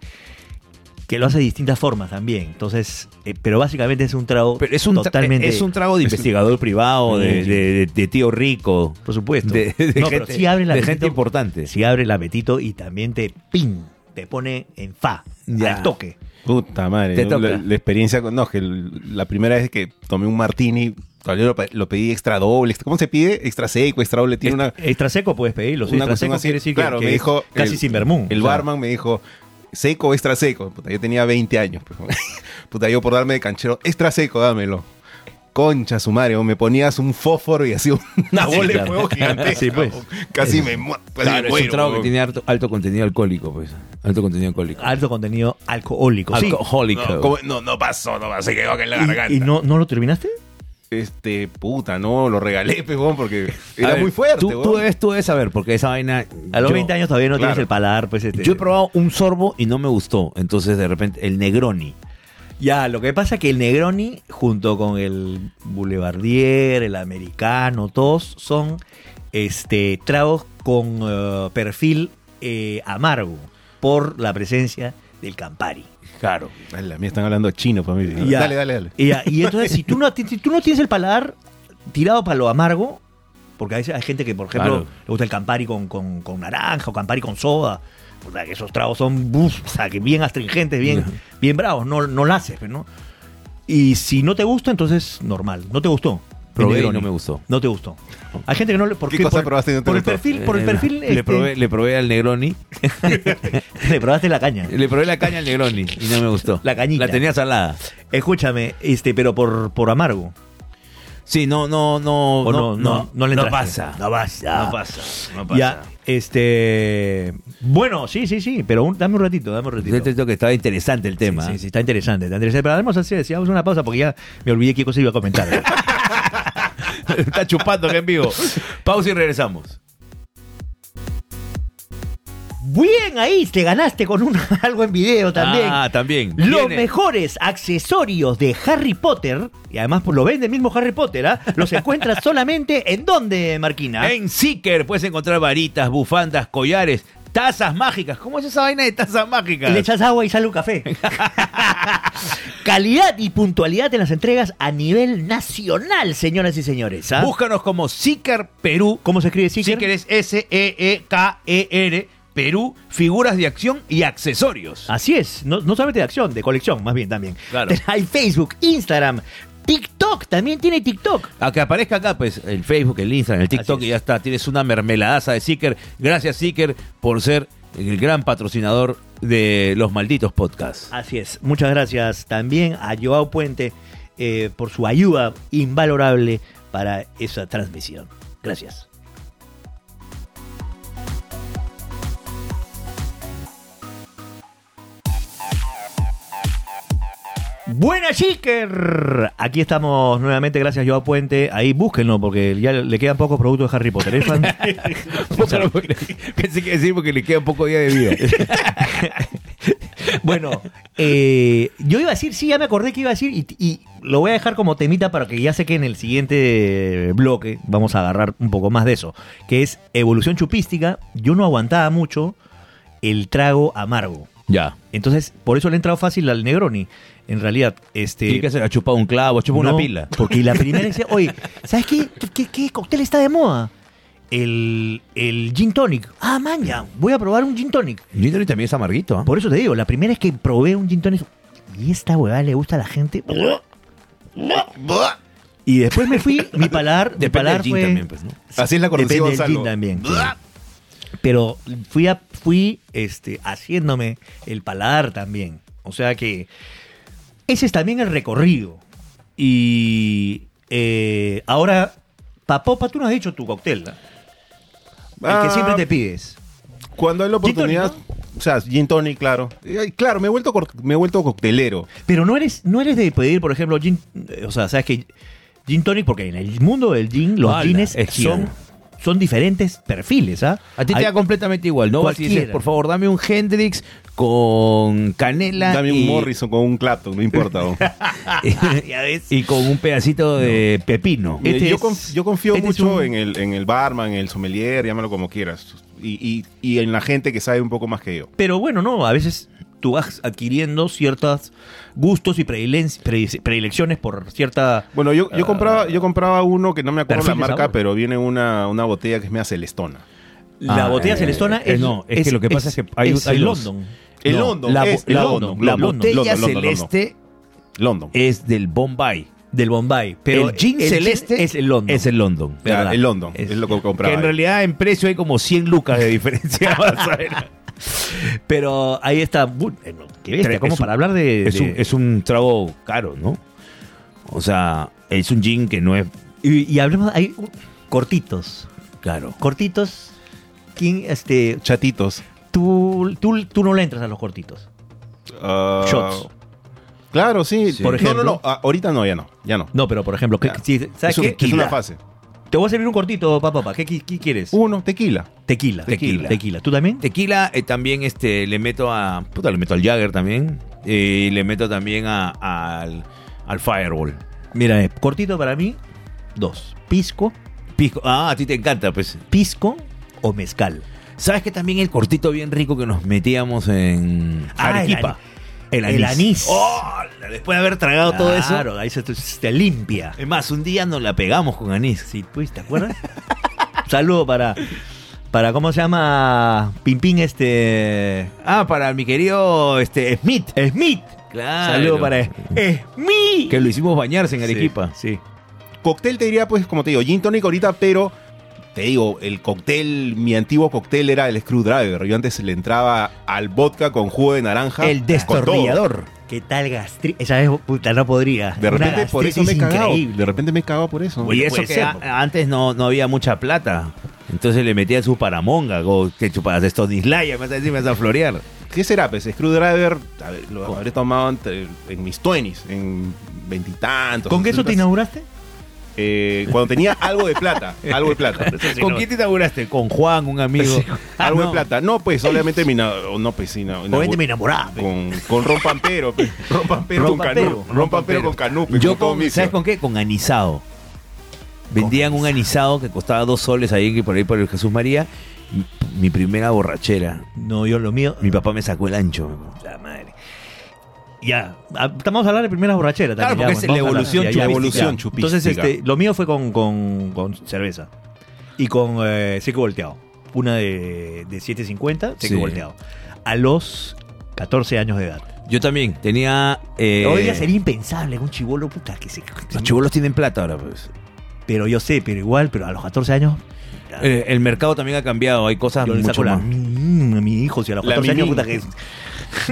Speaker 2: que lo hace de distintas formas también. Entonces, eh, pero básicamente es un trago
Speaker 1: Pero es un, tra-
Speaker 2: totalmente...
Speaker 1: es un trago de investigador privado, de,
Speaker 2: Sí.
Speaker 1: de- de- de tío rico,
Speaker 2: por supuesto.
Speaker 1: de, de
Speaker 2: No, pero
Speaker 1: gente,
Speaker 2: sí abre el
Speaker 1: de
Speaker 2: apetito.
Speaker 1: gente importante.
Speaker 2: Si abre el apetito y también te pin, te pone en fa,
Speaker 1: Ya.
Speaker 2: al toque.
Speaker 3: Puta madre.
Speaker 1: Te
Speaker 3: ¿no?
Speaker 1: toca.
Speaker 3: La, la experiencia con. No, que el- la primera vez que tomé un martini, todavía lo, pe- lo pedí extra doble. ¿Cómo se pide? Extra seco, extra doble. Tiene una.
Speaker 2: Est- Extra seco puedes pedirlo. sí,
Speaker 3: una
Speaker 2: extra
Speaker 3: cuestión
Speaker 2: seco
Speaker 3: así.
Speaker 2: quiere decir que-
Speaker 3: claro,
Speaker 2: que
Speaker 3: me
Speaker 2: es
Speaker 3: dijo.
Speaker 2: casi
Speaker 3: el-
Speaker 2: sin vermú.
Speaker 3: El
Speaker 2: O sea,
Speaker 3: barman me dijo, seco o extra seco. Puta, yo tenía 20 años. pues. Puta, yo por darme de canchero, extra seco, dámelo. Concha, su madre, o me ponías un fósforo y hacía una
Speaker 2: Sí,
Speaker 3: bola de
Speaker 2: claro.
Speaker 3: fuego gigantesca.
Speaker 2: Sí, pues.
Speaker 3: o Casi me muero. casi
Speaker 1: Claro,
Speaker 3: me
Speaker 1: es un
Speaker 3: muero,
Speaker 1: trago que
Speaker 3: weón.
Speaker 1: tiene harto- alto contenido alcohólico, pues. Alto contenido alcohólico.
Speaker 2: Alto contenido alcohólico. sí.
Speaker 1: Alcohólico.
Speaker 3: No, ¿cómo? no, no pasó, no pasó, se quedó acá en la garganta.
Speaker 2: ¿Y, y no, no lo terminaste?
Speaker 3: Este, puta, no, lo regalé, pues, weón, porque
Speaker 1: A
Speaker 3: era
Speaker 1: ver,
Speaker 3: muy fuerte,
Speaker 1: Tú,
Speaker 3: weón.
Speaker 1: tú debes, tú debes saber, porque esa vaina.
Speaker 2: A los
Speaker 1: yo-
Speaker 2: 20 años todavía no
Speaker 3: claro.
Speaker 2: tienes el paladar, pues este.
Speaker 1: Yo he probado un sorbo y no me gustó. Entonces, de repente, el Negroni.
Speaker 2: Ya, lo que pasa es que el Negroni, junto con el Boulevardier, el Americano, todos son este, tragos con eh, perfil eh, amargo por la presencia del Campari.
Speaker 1: Claro.
Speaker 3: Ay, la mía están hablando chino para mí.
Speaker 2: Ya.
Speaker 3: Dale, dale, dale.
Speaker 2: Y, ya, y entonces, si tú, no, ti- si tú no tienes el paladar tirado para lo amargo, porque a veces hay gente que, por ejemplo,
Speaker 1: Claro.
Speaker 2: le gusta el Campari con, con- con naranja o Campari con soda, o sea, que esos tragos son buf, o sea, que bien astringentes, bien, bien bravos, no, no lo haces, pues, ¿no? Y si no te gusta, entonces normal, no te gustó.
Speaker 1: Probé y
Speaker 2: Negroni.
Speaker 1: no me gustó.
Speaker 2: No te gustó. Hay gente que no le. ¿por
Speaker 3: ¿Qué cosa
Speaker 2: por,
Speaker 3: probaste y no te
Speaker 2: por
Speaker 3: gustó? Eh,
Speaker 2: El perfil, por el perfil.
Speaker 1: Eh, Le,
Speaker 2: este,
Speaker 1: probé, le probé al Negroni.
Speaker 2: le probaste la caña.
Speaker 1: Le probé la caña al Negroni y no me gustó.
Speaker 2: La cañita.
Speaker 1: La tenía salada.
Speaker 2: Escúchame, este, pero por, por amargo.
Speaker 1: Sí, no, no, no.
Speaker 2: O no, no, no, le
Speaker 1: no
Speaker 2: entraste.
Speaker 1: pasa.
Speaker 2: No pasa.
Speaker 1: No pasa. No
Speaker 2: Ya, este. Bueno, sí, sí, sí, pero un- dame un ratito, dame un ratito.
Speaker 1: Yo te digo que estaba Este, interesante el tema.
Speaker 2: Sí, sí, está interesante, está interesante. Pero vamos a hacer, si vamos a una pausa porque ya me olvidé qué cosa iba a comentar.
Speaker 1: Está chupando que en vivo. Pausa y regresamos.
Speaker 2: Bien ahí, te ganaste con un, algo en video también.
Speaker 1: Ah, también.
Speaker 2: Los
Speaker 1: Viene.
Speaker 2: mejores accesorios de Harry Potter, y además pues, lo vende el mismo Harry Potter, ¿ah? los encuentras solamente en dónde, Marquina?
Speaker 1: En Seeker puedes encontrar varitas, bufandas, collares, tazas mágicas. ¿Cómo es esa vaina de tazas mágicas?
Speaker 2: Le echas agua y sale un café. Calidad y puntualidad en las entregas a nivel nacional, señoras y señores. ¿ah?
Speaker 1: Búscanos como Seeker Perú.
Speaker 2: ¿Cómo se escribe Seeker?
Speaker 1: Seeker es E S-E-E-K-E-R Perú, figuras de acción y accesorios.
Speaker 2: Así es, no, no solamente de acción, de colección, más bien también.
Speaker 1: Claro.
Speaker 2: Hay Facebook, Instagram, TikTok, también tiene TikTok.
Speaker 1: A que aparezca acá, pues, el Facebook, el Instagram, el TikTok
Speaker 2: Así es.
Speaker 1: y ya está. Tienes una mermeladaza de Seeker. Gracias, Seeker, por ser el gran patrocinador de los malditos podcasts.
Speaker 2: Así es, muchas gracias también a Joao Puente eh, por su ayuda invalorable para esa transmisión. Gracias. Buena Chicker. Aquí estamos nuevamente, gracias Joao Puente. Ahí búsquenlo porque ya le quedan pocos productos de Harry Potter. ¿eh, Es fan-
Speaker 1: Claro, porque- Pensé que decir porque le queda poco día de vida.
Speaker 2: bueno, eh, yo iba a decir, sí, ya me acordé que iba a decir y, y lo voy a dejar como temita para que ya sé que en el siguiente bloque vamos a agarrar un poco más de eso, que es evolución chupística. Yo no aguantaba mucho el trago amargo.
Speaker 1: ya.
Speaker 2: Entonces, por eso le he entrado fácil al Negroni. En realidad, este.
Speaker 1: Tiene que ser, ha chupado un clavo, ha chupado
Speaker 2: no,
Speaker 1: una pila.
Speaker 2: Porque la primera decía, oye, ¿sabes qué? ¿Qué, qué, qué cóctel está de moda? El, el gin tonic. Ah, man, ya, voy a probar un gin tonic.
Speaker 1: Gintonic también es amarguito, ¿ah?
Speaker 2: Por eso te digo, la primera es que probé un gin tonic. Y esta huevada le gusta a la gente.
Speaker 3: Ah,
Speaker 2: Y después me fui, mi paladar, mi
Speaker 1: Depende
Speaker 2: paladar
Speaker 1: del gin
Speaker 2: fue-
Speaker 1: también, pues, ¿no?
Speaker 3: Así es la conocí,
Speaker 2: Depende del
Speaker 3: Gonzalo.
Speaker 2: gin también. sí. Pero fui a, fui este, haciéndome el paladar también. O sea que ese es también el recorrido. Y eh, ahora, Papopa, tú no has dicho tu cóctel. ¿no? El que
Speaker 3: Ah,
Speaker 2: siempre te pides.
Speaker 3: Cuando hay la
Speaker 2: Gin tonic,
Speaker 3: oportunidad. O sea, gin tonic, claro. Eh, Claro, me he vuelto, cor- me he vuelto coctelero.
Speaker 2: Pero no eres, no eres de pedir, por ejemplo, gin. eh, O sea, sabes que gin tonic, porque en el mundo del gin, los
Speaker 1: Ala,
Speaker 2: gines
Speaker 1: es
Speaker 2: son,
Speaker 1: gin.
Speaker 2: son diferentes perfiles. ¿ah?
Speaker 1: A ti te
Speaker 2: Hay-
Speaker 1: da completamente igual, ¿no? Vas y dices,
Speaker 2: Cualquiera.
Speaker 1: por favor, dame un Hendrix con canela
Speaker 3: Dame
Speaker 1: y,
Speaker 3: un Morrison con un Clapton, no importa. ¿no?
Speaker 2: Este
Speaker 1: Ah,
Speaker 2: Ya ves.
Speaker 1: y con un pedacito de pepino.
Speaker 3: Mira,
Speaker 2: Este
Speaker 3: yo,
Speaker 2: es-
Speaker 3: conf- yo confío
Speaker 2: este es
Speaker 3: mucho
Speaker 2: un-
Speaker 3: en, el, en el barman, en el sommelier, llámalo como quieras. Y, y- y en la gente que sabe un poco más que yo.
Speaker 2: Pero bueno, no, a veces tú vas adquiriendo ciertos gustos y predilen- predi- predilecciones por cierta...
Speaker 3: Bueno, yo, yo, compraba, yo compraba uno que no me acuerdo la
Speaker 2: Perfil de
Speaker 3: marca,
Speaker 2: sabor.
Speaker 3: pero viene una, una botella que es media celestona.
Speaker 2: La
Speaker 1: Ah,
Speaker 2: botella
Speaker 1: eh,
Speaker 2: celestona
Speaker 1: eh,
Speaker 2: es...
Speaker 1: no, es que lo que pasa es que hay-
Speaker 2: es
Speaker 1: hay
Speaker 2: el
Speaker 1: dos.
Speaker 2: London.
Speaker 3: El
Speaker 2: No,
Speaker 3: London,
Speaker 1: la,
Speaker 3: es
Speaker 1: bo-
Speaker 3: el
Speaker 1: la-
Speaker 3: London,
Speaker 1: la
Speaker 3: London,
Speaker 1: botella
Speaker 3: London, London,
Speaker 1: celeste
Speaker 3: London.
Speaker 1: es del Bombay.
Speaker 2: Del Bombay. Pero
Speaker 1: el gin celeste
Speaker 2: es el London.
Speaker 1: Es el London.
Speaker 3: Ya,
Speaker 2: verdad.
Speaker 3: el London,
Speaker 2: Es-
Speaker 3: es, lo que
Speaker 1: Que
Speaker 3: compraba.
Speaker 1: en realidad en precio hay como 100 lucas de diferencia. vas a ver.
Speaker 2: Pero ahí está... bu- eh, no, Qué bestia,
Speaker 1: Tres-
Speaker 2: como
Speaker 1: es un-
Speaker 2: para hablar de...
Speaker 1: es,
Speaker 2: de-
Speaker 1: un, es un trago caro, ¿no? O sea, es un gin que no es
Speaker 2: Y, y hablemos... Hay un- cortitos.
Speaker 1: caro.
Speaker 2: Cortitos. ¿Quién, este,
Speaker 3: Chatitos.
Speaker 2: tú, tú, tú no le entras a los cortitos.
Speaker 3: Ah,
Speaker 2: Shots.
Speaker 3: Claro, sí.
Speaker 2: Por ejemplo.
Speaker 3: No, no, no. ah, ahorita no, ya no. Ya no.
Speaker 2: No, pero por ejemplo, ¿qué-
Speaker 3: Ya.
Speaker 2: si- ¿sabes
Speaker 3: es, un-
Speaker 2: qué?
Speaker 3: es una
Speaker 2: Tequila.
Speaker 3: fase.
Speaker 2: Te voy a servir un cortito, papá, papá. ¿Qué, qué- qué quieres?
Speaker 3: Uno, tequila.
Speaker 2: Tequila.
Speaker 1: Tequila.
Speaker 2: Tequila. ¿Tú también?
Speaker 1: Tequila eh, también este, le meto a. Puta, le meto al Jagger también. eh, Y le meto también a- al, al Fireball.
Speaker 2: Mira, eh, cortito para mí, dos. Pisco,
Speaker 1: Pisco. Ah, a ti te encanta, pues.
Speaker 2: pisco o mezcal.
Speaker 1: ¿Sabes que también el cortito bien rico que nos metíamos en
Speaker 2: Ah, el
Speaker 1: Arequipa?
Speaker 2: el anís.
Speaker 1: ¡Oh! Después de haber tragado todo eso.
Speaker 2: Claro, ahí se te, se te limpia.
Speaker 1: Es más, un día nos la pegamos con anís.
Speaker 2: Sí, pues, ¿te acuerdas? Saludo para, para, ¿cómo se llama? Pimpín, este...
Speaker 1: Ah, para mi querido este, Smith.
Speaker 2: Smith.
Speaker 1: Claro.
Speaker 2: Saludo para Smith.
Speaker 1: Que lo hicimos bañarse en Arequipa.
Speaker 2: Sí. sí.
Speaker 3: Cóctel te diría, pues, como te digo, gin tonic ahorita, pero te digo, el cóctel, mi antiguo cóctel era el screwdriver. Yo antes le entraba al vodka con jugo de naranja.
Speaker 1: El
Speaker 3: con todo.
Speaker 1: destornillador.
Speaker 2: ¿Qué tal gastritis? Esa es puta, no podría.
Speaker 3: De
Speaker 2: Una
Speaker 3: repente por eso me he
Speaker 2: gastritis
Speaker 3: cagado.
Speaker 2: increíble.
Speaker 3: De repente me he cagado por eso.
Speaker 1: y
Speaker 2: Bueno,
Speaker 1: eso
Speaker 2: puede
Speaker 1: que
Speaker 2: ser,
Speaker 1: a-
Speaker 2: ¿no?
Speaker 1: antes no, no había mucha plata. Entonces le metía su paramonga, go- que chupas estos dislaya, me vas a decir, me vas a florear.
Speaker 3: ¿Qué será? Pues screwdriver, a ver, lo habré tomado entre- en mis 20s, en veintitantos.
Speaker 2: ¿Con qué eso te
Speaker 3: 60s.
Speaker 2: inauguraste?
Speaker 3: Eh, cuando tenía algo de plata, algo de plata.
Speaker 1: ¿Con quién te inauguraste? Con Juan, un amigo.
Speaker 2: ah,
Speaker 3: algo
Speaker 1: no.
Speaker 3: de plata. No, pues, obviamente mi na- o no, pues, sí, na-
Speaker 2: Obviamente me
Speaker 3: na-
Speaker 2: enamoraba. pe.
Speaker 3: con, con rompampero, pe. rompampero con
Speaker 2: Rompampero,
Speaker 3: canú, rompampero con canú, pe,
Speaker 1: Yo
Speaker 3: todo pues.
Speaker 1: con,
Speaker 3: vicio.
Speaker 1: ¿sabes con qué? Con anisado. Vendían un anisado que costaba dos soles ahí que por ahí por el Jesús María. Mi- Mi primera borrachera.
Speaker 2: No, yo lo mío.
Speaker 1: Mi papá me sacó el ancho.
Speaker 2: La madre. Ya, ah, estamos a hablar de primeras borracheras
Speaker 1: Claro,
Speaker 2: también.
Speaker 1: porque
Speaker 2: ya,
Speaker 1: es la
Speaker 2: vamos a
Speaker 1: evolución
Speaker 2: hablar. Ya, ya,
Speaker 3: chupística.
Speaker 2: ya. Entonces, este, lo mío fue con, con, con cerveza y con eh, seco volteado. Una de, de 7.50, seco
Speaker 1: Sí.
Speaker 2: volteado. A los 14 años de edad.
Speaker 1: Yo también tenía. Eh,
Speaker 2: Hoy día sería impensable un chivolo puta que se.
Speaker 1: Los chibolos tienen plata ahora, pues.
Speaker 2: Pero yo sé, pero igual, pero a los 14 años.
Speaker 1: Eh, el mercado también ha cambiado, hay cosas
Speaker 2: yo le
Speaker 1: mucho
Speaker 2: saco la,
Speaker 1: más.
Speaker 2: mm, a mi hijo, si a los
Speaker 3: La
Speaker 2: 14 años,
Speaker 3: mimín.
Speaker 2: puta que.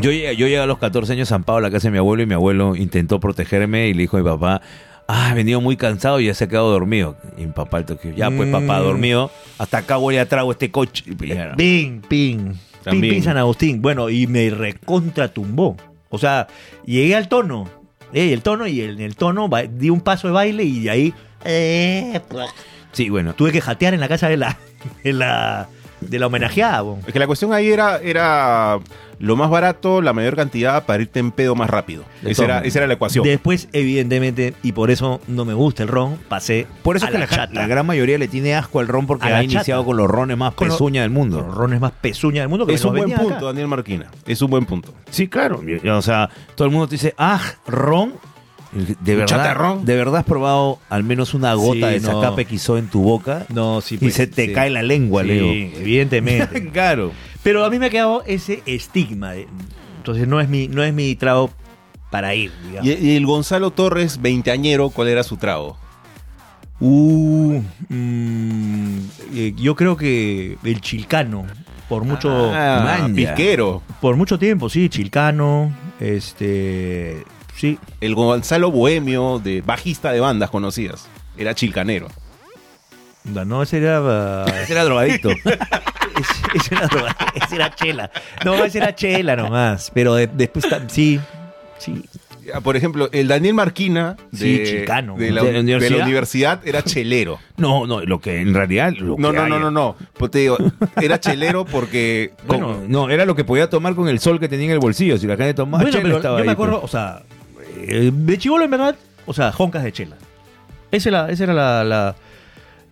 Speaker 1: Yo llegué, yo llegué a los 14 años zampado a la casa de mi abuelo y mi abuelo intentó protegerme y le dijo a mi papá, ah, he venido muy cansado y ya se ha quedado dormido. Y mi papá, al toque, ya pues papá,
Speaker 2: Mm.
Speaker 1: dormido, hasta acá voy a trago este coche. Y pues, ya,
Speaker 2: Ping, ping. Ping,
Speaker 3: También.
Speaker 2: ping San Agustín. Bueno, y me recontratumbó. O sea, llegué al tono. eh, el tono, y en el tono ba- di un paso de baile y de ahí eh, pues,
Speaker 1: Sí, bueno.
Speaker 2: tuve que jatear en la casa de la, de la, de la homenajeada. bo.
Speaker 3: Es que la cuestión ahí era, era lo más barato, la mayor cantidad para irte en pedo más rápido.
Speaker 1: De
Speaker 3: Esa
Speaker 1: todo.
Speaker 3: era, esa era la ecuación.
Speaker 2: Después, evidentemente, y por eso no me gusta el ron, pasé
Speaker 1: Por eso
Speaker 2: a
Speaker 1: es que la,
Speaker 2: la,
Speaker 1: ja-
Speaker 2: chata.
Speaker 1: la gran mayoría le tiene asco al ron porque
Speaker 2: A la
Speaker 1: ha iniciado
Speaker 2: chata.
Speaker 1: con los rones más
Speaker 2: Con lo-
Speaker 1: pezuña del
Speaker 2: Los
Speaker 1: mundo.
Speaker 2: rones más pezuña del mundo que
Speaker 3: es
Speaker 2: me
Speaker 3: un
Speaker 2: los
Speaker 3: buen
Speaker 2: vendían
Speaker 3: punto,
Speaker 2: acá.
Speaker 3: Daniel Marquina. Es un buen punto.
Speaker 1: Sí, claro. Y- y, O sea, todo el mundo te dice, ah, ron. De verdad,
Speaker 3: Chata ron.
Speaker 1: de verdad has probado al menos una gota
Speaker 2: Sí,
Speaker 1: de
Speaker 2: no.
Speaker 1: zacape quiso en tu boca
Speaker 2: No, sí,
Speaker 1: y se te cae la lengua, Leo.
Speaker 2: evidentemente.
Speaker 1: claro.
Speaker 2: Pero a mí me ha quedado ese estigma. de- entonces no es mi, no es mi trago para ir, digamos.
Speaker 3: Y, y el Gonzalo Torres, veinteañero, ¿cuál era su trago?
Speaker 2: Uh, mm, eh, yo creo que el chilcano, por mucho,
Speaker 1: Ah,
Speaker 3: Ah,
Speaker 1: manja.
Speaker 3: Pisquero.
Speaker 2: por mucho tiempo, sí, chilcano, este, sí,
Speaker 3: El Gonzalo Bohemio, de bajista de bandas conocidas. Era chilcanero.
Speaker 2: no, ese era, ah,
Speaker 1: Ese era drogadicto.
Speaker 2: ese, ese era, droga, ese era chela, no, ese era chela nomás, pero de- después, tam- sí, sí,
Speaker 3: Ah, Por ejemplo, el Daniel Marquina de,
Speaker 2: Sí, chilcano.
Speaker 3: de, la,
Speaker 1: ¿De la
Speaker 3: de la
Speaker 1: universidad?
Speaker 3: universidad era chelero.
Speaker 1: No, no, lo que en realidad. lo
Speaker 3: No,
Speaker 1: que
Speaker 3: no,
Speaker 1: hay-
Speaker 3: no, no, no. Pues te digo, era chelero porque.
Speaker 1: Con- no, era lo que podía tomar con el sol que tenía en el bolsillo. Si la gente tomaba
Speaker 2: bueno,
Speaker 1: chela,
Speaker 2: pero yo
Speaker 1: estaba
Speaker 2: me
Speaker 1: ahí,
Speaker 2: acuerdo, o sea, eh, de chivolo en verdad, o sea, joncas de chela. Ese era, ese era la, la-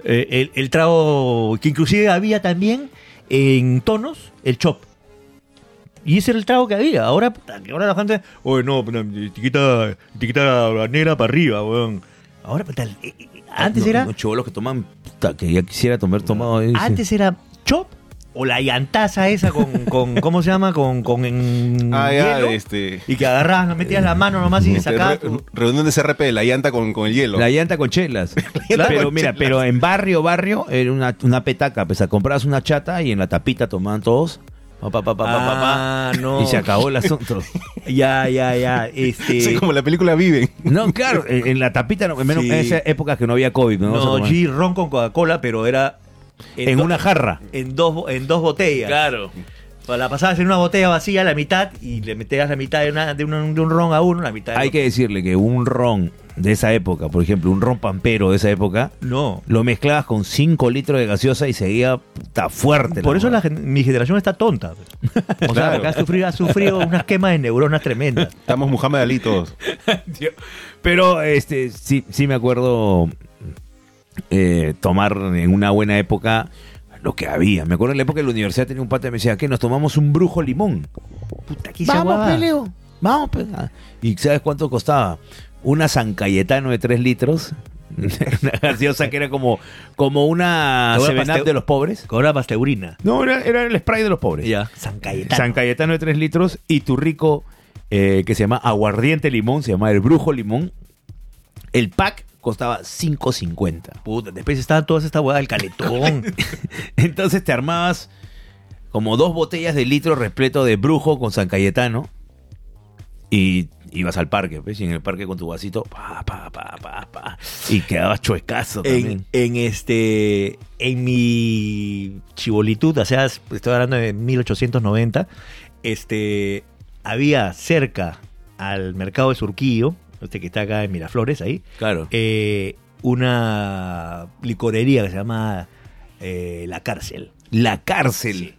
Speaker 2: eh, el, el trago que inclusive había también en tonos, el chop. Y ese era el trago que había. Ahora, puta, que ahora la gente, oye, no, pero, eh, tiquita, tiquita negra para arriba, weón. Ahora, puta, eh, eh, antes
Speaker 1: No,
Speaker 2: era,
Speaker 1: no, chibolos que toman. puta, que ya quisiera tomar tomado. ese.
Speaker 2: antes era chop o la llantaza esa con, con ¿cómo se llama? Con, con en
Speaker 3: Ah, ya,
Speaker 2: hielo.
Speaker 3: este.
Speaker 2: Y que agarrabas, no metías la mano nomás y
Speaker 3: este,
Speaker 2: sacabas.
Speaker 3: re-
Speaker 2: tu-
Speaker 3: reunión de CRP, la llanta con, con el hielo.
Speaker 1: La llanta con chelas. pero mira, pero en barrio, barrio, era una, una petaca. Pues, comprabas una chata y en la tapita tomaban todos. Pa, pa, pa, pa, pa, pa,
Speaker 2: Ah,
Speaker 1: pa,
Speaker 2: no.
Speaker 1: Y se acabó el asunto.
Speaker 2: Ya, ya, ya. Este,
Speaker 3: Sí, como la película Viven.
Speaker 1: No, claro, en, en la tapita, no, menos
Speaker 2: Sí.
Speaker 1: en esas épocas que no había COVID. No,
Speaker 2: no,
Speaker 1: O sea,
Speaker 2: G ron con Coca-Cola, pero era
Speaker 1: en
Speaker 2: do-
Speaker 1: una jarra.
Speaker 2: en dos bo- en dos botellas.
Speaker 1: Claro.
Speaker 2: La pasabas en una botella vacía la mitad y le metías la mitad de, una- de un, de un ron a uno, la mitad. de
Speaker 1: Hay
Speaker 2: otro.
Speaker 1: que decirle que un ron de esa época, por ejemplo, un ron pampero de esa época,
Speaker 2: no.
Speaker 1: lo mezclabas con 5 litros de gaseosa y seguía puta, fuerte.
Speaker 2: Por eso
Speaker 1: hueá.
Speaker 2: la, gen- mi generación está tonta. pues. O sea,
Speaker 3: Claro.
Speaker 2: porque ha sufrido, ha sufrido unas quemas de neuronas tremendas.
Speaker 3: Estamos Muhammad Ali todos.
Speaker 1: Tío. Pero este sí, sí me acuerdo eh, tomar en una buena época lo que había. Me acuerdo en la época de la universidad tenía un pata que me decía que nos tomamos un brujo limón.
Speaker 2: Puta, aquí
Speaker 1: peleo. Vamos, pe. Ah, ¿Y sabes cuánto costaba? Una San Cayetano de 3 litros. una gaseosa que era como, como una
Speaker 2: Te voy a
Speaker 1: 7
Speaker 2: paste-
Speaker 1: de los pobres.
Speaker 2: Cobra pasteurina.
Speaker 1: No, era, era el spray de los pobres.
Speaker 2: Ya. San Cayetano.
Speaker 1: San Cayetano de 3 litros y tu rico, eh, que se llama Aguardiente Limón, se llama El Brujo Limón. El pack costaba 5.50.
Speaker 2: Puta, después está toda esta hueá del caletón.
Speaker 1: Entonces te armabas como dos botellas de litro repleto de brujo con San Cayetano y ibas al parque, ¿ves? Y en el parque con tu vasito, pa, pa, pa, pa, pa. Y quedabas chuecazo también.
Speaker 2: en, en este en mi chibolitud, o sea, estoy hablando de 1890, este había cerca al mercado de Surquillo, este que está acá en Miraflores ahí,
Speaker 1: claro.
Speaker 2: eh, una licorería que se llama eh, La Cárcel.
Speaker 1: La cárcel.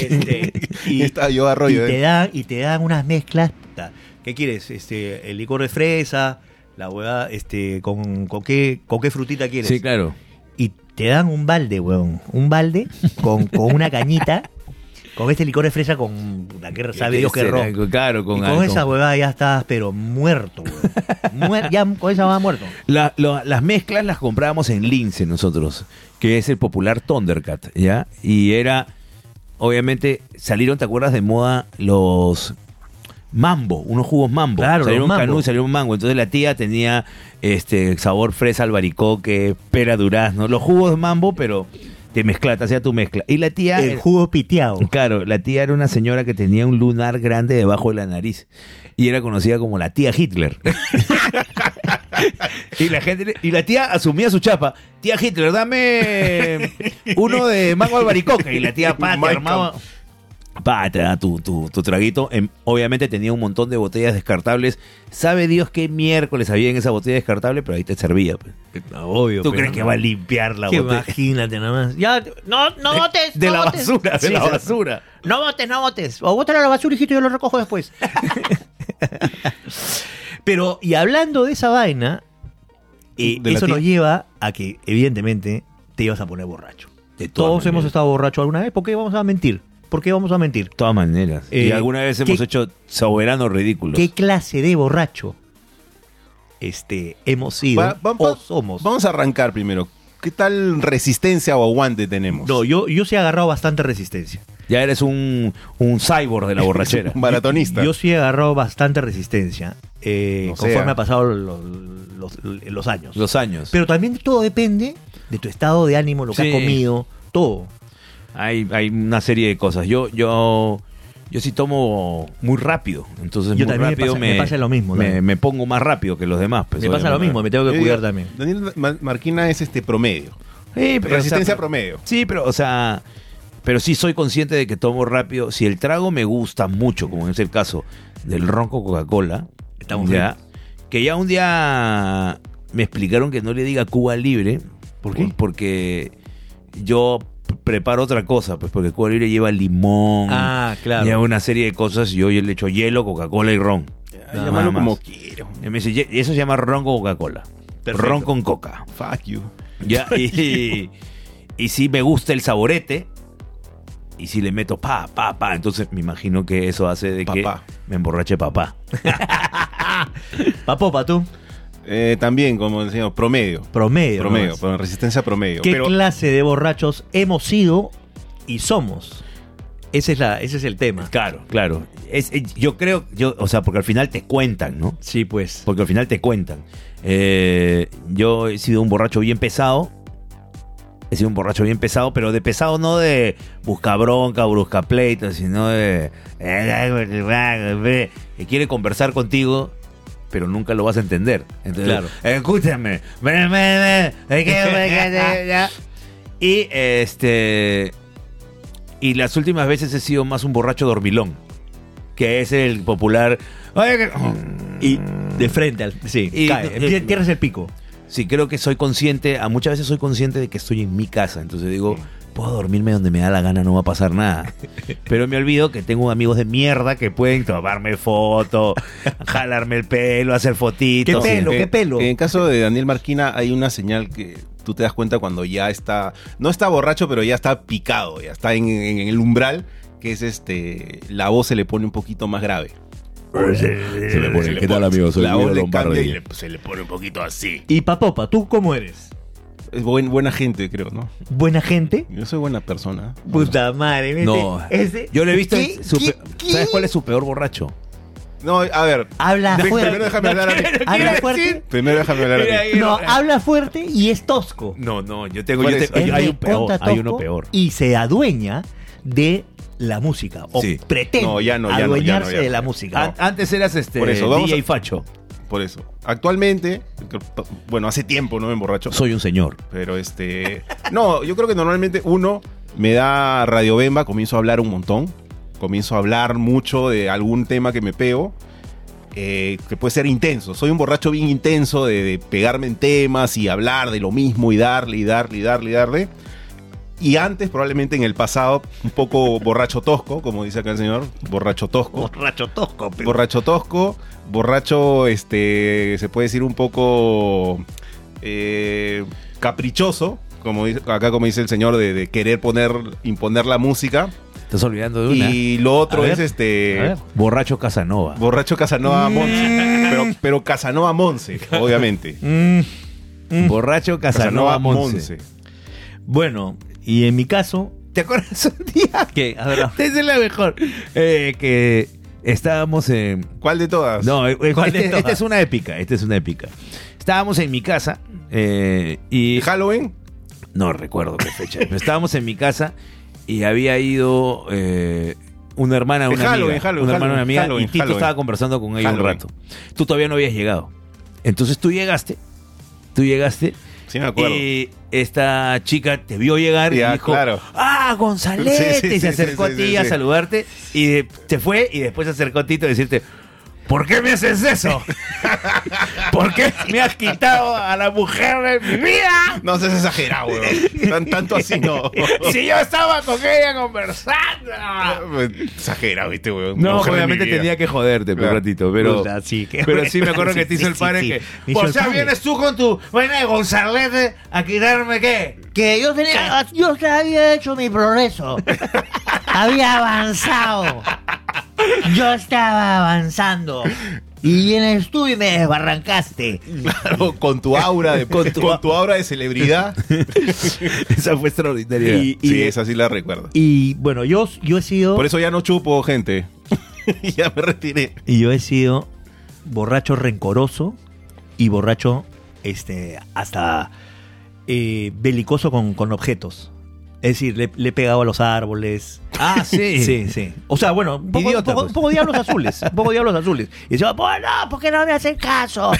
Speaker 2: Este, y,
Speaker 3: Estaba yo arroyo.
Speaker 2: y te
Speaker 3: ¿eh?
Speaker 2: dan y te dan unas mezclas puta. qué quieres este el licor de fresa la hueá este con, con qué con qué frutita quieres
Speaker 1: Sí, claro.
Speaker 2: y te dan un balde, weón. Un balde con, con una cañita, con este licor de fresa con la que sabe Dios que
Speaker 1: Será,
Speaker 2: ron.
Speaker 1: Claro, con,
Speaker 2: y con
Speaker 1: alcohol.
Speaker 2: esa huevada ya estás, pero muerto, weón. Muer- ya con esa va muerto.
Speaker 1: La- lo- las mezclas las comprábamos en Lince nosotros, que es el popular Thundercat, ¿ya? Y era, obviamente, salieron, ¿te acuerdas de moda los mambo, unos jugos mambo?
Speaker 2: Claro,
Speaker 1: salieron
Speaker 2: los mambo.
Speaker 1: canú y salieron mango. Entonces la tía tenía este sabor fresa, albaricoque, pera durazno, los jugos mambo, pero te mezcla, te hacía tu mezcla. Y la tía...
Speaker 2: El jugo piteado.
Speaker 1: Claro, la tía era una señora que tenía un lunar grande debajo de la nariz y era conocida como la tía Hitler. y la gente le- y la tía asumía su chapa, tía Hitler, dame uno de mango albaricoque y la tía pa, te
Speaker 3: Michael.
Speaker 1: armaba Pa, te da tu, tu- tu traguito. Em, obviamente tenía un montón de botellas descartables. Sabe Dios qué miércoles había en esa botella descartable, pero ahí te servía. pe.
Speaker 2: Obvio.
Speaker 1: ¿Tú
Speaker 2: pero
Speaker 1: crees que
Speaker 2: no.
Speaker 1: va a limpiar la
Speaker 2: Que
Speaker 1: botella?
Speaker 2: Imagínate nada más. Ya, no, no votes.
Speaker 1: De
Speaker 2: no
Speaker 1: la
Speaker 2: votes.
Speaker 1: basura, de
Speaker 2: Sí,
Speaker 1: la
Speaker 2: sí.
Speaker 1: basura.
Speaker 2: No votes, no votes. O bótalo a la basura, hijito, yo lo recojo después. Pero, y hablando de esa vaina, eh,
Speaker 3: De la
Speaker 2: eso
Speaker 3: tía.
Speaker 2: nos lleva a que, evidentemente, te ibas a poner borracho.
Speaker 1: De todas
Speaker 2: Todos hemos
Speaker 1: maneras.
Speaker 2: estado borrachos alguna vez. ¿Por qué vamos a mentir? ¿Por qué vamos a mentir?
Speaker 1: De todas maneras. y
Speaker 2: Eh,
Speaker 1: alguna vez hemos
Speaker 2: ¿qué-
Speaker 1: hecho soberanos ridículos.
Speaker 2: ¿Qué clase de borracho este, hemos sido
Speaker 3: Va- va-
Speaker 2: o
Speaker 3: va-
Speaker 2: somos?
Speaker 3: Vamos a arrancar primero. ¿Qué tal resistencia o aguante tenemos?
Speaker 2: No, yo, yo sí he agarrado bastante resistencia.
Speaker 1: Ya eres un, un cyborg de la borrachera.
Speaker 3: Un maratonista.
Speaker 2: Yo sí he agarrado bastante resistencia eh,
Speaker 3: No
Speaker 2: conforme
Speaker 3: sea.
Speaker 2: ha pasado los, los- los años.
Speaker 1: Los años.
Speaker 2: Pero también todo depende de tu estado de ánimo, lo que
Speaker 1: Sí.
Speaker 2: has comido, todo.
Speaker 1: Hay, hay una serie de cosas. Yo, yo, yo sí tomo muy rápido. Entonces,
Speaker 2: Yo
Speaker 1: muy
Speaker 2: también me
Speaker 1: rápido
Speaker 2: pasa- me pasa lo mismo
Speaker 1: Me,
Speaker 2: también.
Speaker 1: me pongo más rápido que los demás. pues,
Speaker 2: me pasa lo
Speaker 1: obviamente.
Speaker 2: mismo, me tengo
Speaker 3: Yo
Speaker 2: que
Speaker 3: digo,
Speaker 2: cuidar también.
Speaker 3: Daniel Ma- Marquina es este promedio.
Speaker 1: Sí, pero,
Speaker 3: Resistencia
Speaker 1: o sea,
Speaker 3: promedio.
Speaker 1: Sí, pero, o sea, pero sí soy consciente de que tomo rápido. Si el trago me gusta mucho, como es el caso del ronco Coca-Cola,
Speaker 2: Estamos
Speaker 1: ya, que ya un día me explicaron que no le diga Cuba Libre. pues,
Speaker 2: ¿Por qué?
Speaker 1: Porque yo p- preparo otra cosa, pues porque Cuba Libre lleva limón,
Speaker 2: Ah, claro.
Speaker 1: lleva una serie de cosas y yo le echo hielo, Coca-Cola y ron. Nada
Speaker 3: Llámalo
Speaker 1: más.
Speaker 3: como quiero.
Speaker 1: Y me dice, "Ye- eso se llama ron con Coca-Cola.
Speaker 3: Perfecto.
Speaker 1: Ron con coca.
Speaker 3: Fuck you.
Speaker 1: Ya, y, y sí me gusta el saborete. Y si le meto pa, pa, pa, entonces me imagino que eso hace de que
Speaker 3: Papá.
Speaker 1: me emborrache papá.
Speaker 2: Papopa, tú,
Speaker 3: Eh, también, como decíamos, promedio.
Speaker 2: promedio.
Speaker 3: Promedio,
Speaker 2: nomás.
Speaker 3: pero resistencia promedio.
Speaker 2: ¿Qué
Speaker 3: Pero
Speaker 2: clase de borrachos hemos sido y somos? Ese es, la, ese es el tema.
Speaker 1: Claro, claro. Es, es- yo creo, yo, o sea, porque al final te cuentan, ¿no?
Speaker 2: Sí, pues.
Speaker 1: Porque al final te cuentan. Eh, yo he sido un borracho bien pesado. He sido un borracho bien pesado, pero de pesado no de busca bronca, busca pleito, sino de. eh, que quiere conversar contigo, pero nunca lo vas a entender. Entonces,
Speaker 2: Claro.
Speaker 1: escúchame. Y este. Y las últimas veces he sido más un borracho dormilón. Que es el popular. "Oye, que-".
Speaker 2: Y de frente al. Sí,
Speaker 1: Y- eh,
Speaker 2: cae.
Speaker 1: y-
Speaker 2: Empie- Tierras el pico.
Speaker 1: Sí, creo que soy consciente, a muchas veces soy consciente de que estoy en mi casa, entonces digo, puedo dormirme donde me da la gana, no va a pasar nada. Pero me olvido que tengo amigos de mierda que pueden tomarme foto, jalarme el pelo, hacer fotitos.
Speaker 2: ¿Qué pelo?
Speaker 1: Eh,
Speaker 2: ¿Qué
Speaker 3: en-
Speaker 2: pelo?
Speaker 3: En caso de Daniel Marquina hay una señal que tú te das cuenta cuando ya está, no está borracho, pero ya está picado, ya está en, en- en el umbral, que es este, la voz se le pone un poquito más grave.
Speaker 5: Se le pone, ¿qué tal amigos? Soy
Speaker 3: la voz
Speaker 5: Guido
Speaker 3: le cambia y
Speaker 5: Lombardi.
Speaker 3: le-
Speaker 1: pues,
Speaker 3: se le pone un poquito así.
Speaker 2: Y Papopa, ¿tú cómo eres?
Speaker 3: Es buen- buena gente, creo, ¿no?
Speaker 2: ¿Buena gente?
Speaker 3: Yo soy buena persona.
Speaker 2: Puta madre, vete.
Speaker 1: No.
Speaker 2: Ese-
Speaker 1: Yo le he visto...
Speaker 2: ¿Qué?
Speaker 1: su
Speaker 2: ¿Qué?
Speaker 1: pe-
Speaker 2: ¿Qué?
Speaker 1: ¿Sabes cuál es su peor borracho?
Speaker 3: No, a ver.
Speaker 2: Habla
Speaker 3: de-
Speaker 2: fuerte.
Speaker 3: primero déjame hablar a mí.
Speaker 2: habla fuerte.
Speaker 3: Primero déjame hablar a mí.
Speaker 2: No, habla fuerte y es tosco.
Speaker 1: No, no, yo tengo...
Speaker 3: ¿Cuál
Speaker 1: yo
Speaker 3: es?
Speaker 1: tengo- hay,
Speaker 2: Es
Speaker 1: hay un
Speaker 2: recontra
Speaker 1: peor, hay
Speaker 2: tosco
Speaker 1: uno peor.
Speaker 2: Y se adueña de la música. O
Speaker 1: Sí.
Speaker 2: pretende
Speaker 3: No, ya no, ya no, ya no, ya
Speaker 2: adueñarse
Speaker 3: no.
Speaker 2: de la
Speaker 1: An-
Speaker 2: música.
Speaker 1: Antes eras este,
Speaker 3: Por eso, vamos
Speaker 1: DJ
Speaker 3: a-
Speaker 1: Facho.
Speaker 3: Por eso. Actualmente, bueno, hace tiempo no me emborracho.
Speaker 1: Soy un señor.
Speaker 3: Pero este. No, yo creo que normalmente uno me da Radio Bemba, comienzo a hablar un montón. Comienzo a hablar mucho de algún tema que me pego. eh, que puede ser intenso. Soy un borracho bien intenso de, de pegarme en temas y hablar de lo mismo y darle y darle y darle y darle. Y antes, probablemente en el pasado, un poco borracho tosco, como dice acá el señor, borracho tosco.
Speaker 2: Borracho tosco. pero-
Speaker 3: Borracho tosco, borracho, este, se puede decir un poco eh, caprichoso, como dice, acá como dice el señor, de, de querer poner, imponer la música.
Speaker 1: Estás olvidando de una.
Speaker 3: Y lo otro
Speaker 1: A ver,
Speaker 3: es
Speaker 1: A ver, Mm.
Speaker 3: este,
Speaker 1: Borracho Casanova.
Speaker 3: borracho Casanova Monse, pero, pero Casanova Monse, obviamente.
Speaker 2: Mm,
Speaker 1: Borracho Casanova, Monse.
Speaker 2: bueno, y en mi caso,
Speaker 1: ¿Te acuerdas un día?
Speaker 2: que a ver,
Speaker 1: Esa es la mejor. Eh, que estábamos en.
Speaker 3: ¿Cuál de todas?
Speaker 1: No, eh, eh,
Speaker 2: ¿Cuál de
Speaker 1: este- esta
Speaker 2: todas?
Speaker 1: es una épica. Esta es una épica. Estábamos en mi casa eh, y.
Speaker 3: Halloween,
Speaker 1: No recuerdo qué fecha. pero estábamos en mi casa y había ido eh, una hermana,
Speaker 3: En
Speaker 1: una
Speaker 3: Halloween,
Speaker 1: amiga.
Speaker 3: Halloween,
Speaker 1: una hermana, una
Speaker 3: Halloween,
Speaker 1: amiga.
Speaker 3: Halloween,
Speaker 1: y Tito
Speaker 3: Halloween.
Speaker 1: estaba conversando con ella un
Speaker 3: Halloween.
Speaker 1: rato. Tú todavía no habías llegado. Entonces tú llegaste. Tú llegaste
Speaker 3: sí me acuerdo.
Speaker 1: y, esta chica te vio llegar
Speaker 3: Ya,
Speaker 1: y dijo,
Speaker 3: claro.
Speaker 1: ah, Gonzalete,
Speaker 3: Sí, sí,
Speaker 1: y se
Speaker 3: sí,
Speaker 1: acercó
Speaker 3: sí,
Speaker 1: a ti
Speaker 3: sí,
Speaker 1: a
Speaker 3: sí.
Speaker 1: saludarte y de- te fue y después se acercó a ti y decirte, ¿por qué me haces eso? ¿Por qué me has quitado a la mujer de mi vida?
Speaker 3: No seas exagerado, weón. Tan- tanto así no.
Speaker 1: Si yo estaba con ella conversando.
Speaker 3: Exagerado, este weón.
Speaker 1: No,
Speaker 3: Mujer de mi
Speaker 1: obviamente
Speaker 3: vida.
Speaker 1: tenía que joderte por un
Speaker 3: Claro. Pues,
Speaker 1: ratito, pero,
Speaker 2: Puta, sí, qué
Speaker 1: pero
Speaker 2: bueno.
Speaker 1: sí me acuerdo que te
Speaker 2: Sí,
Speaker 1: hizo el
Speaker 2: sí,
Speaker 1: padre
Speaker 2: sí. Me
Speaker 1: que...
Speaker 2: hizo
Speaker 1: O
Speaker 2: el
Speaker 1: sea,
Speaker 2: padre.
Speaker 1: vienes tú con tu vaina de eh, Gonzalete a quitarme qué.
Speaker 4: Que yo tenía, yo ya había hecho mi progreso. había avanzado. Yo estaba avanzando.
Speaker 2: Y vienes tú y me desbarrancaste.
Speaker 3: Claro, con tu aura de, con tu, aura de celebridad.
Speaker 1: Esa fue extraordinaria.
Speaker 2: Y-
Speaker 3: sí,
Speaker 2: de-
Speaker 3: esa sí la recuerdo.
Speaker 2: Y bueno, yo, yo he sido.
Speaker 3: Por eso ya no chupo, gente. ya me retiré.
Speaker 2: Y yo he sido borracho rencoroso y borracho este hasta eh, belicoso con, con objetos. Es decir, le, le he pegado a los árboles.
Speaker 1: Ah, sí.
Speaker 2: Sí, sí. O sea, bueno, un poco,
Speaker 1: Idiota,
Speaker 2: un poco-
Speaker 1: pues.
Speaker 2: un poco diablos azules. Un poco diablos azules. Y decía, "Pues,
Speaker 4: Bueno, ¿por qué no me hacen caso?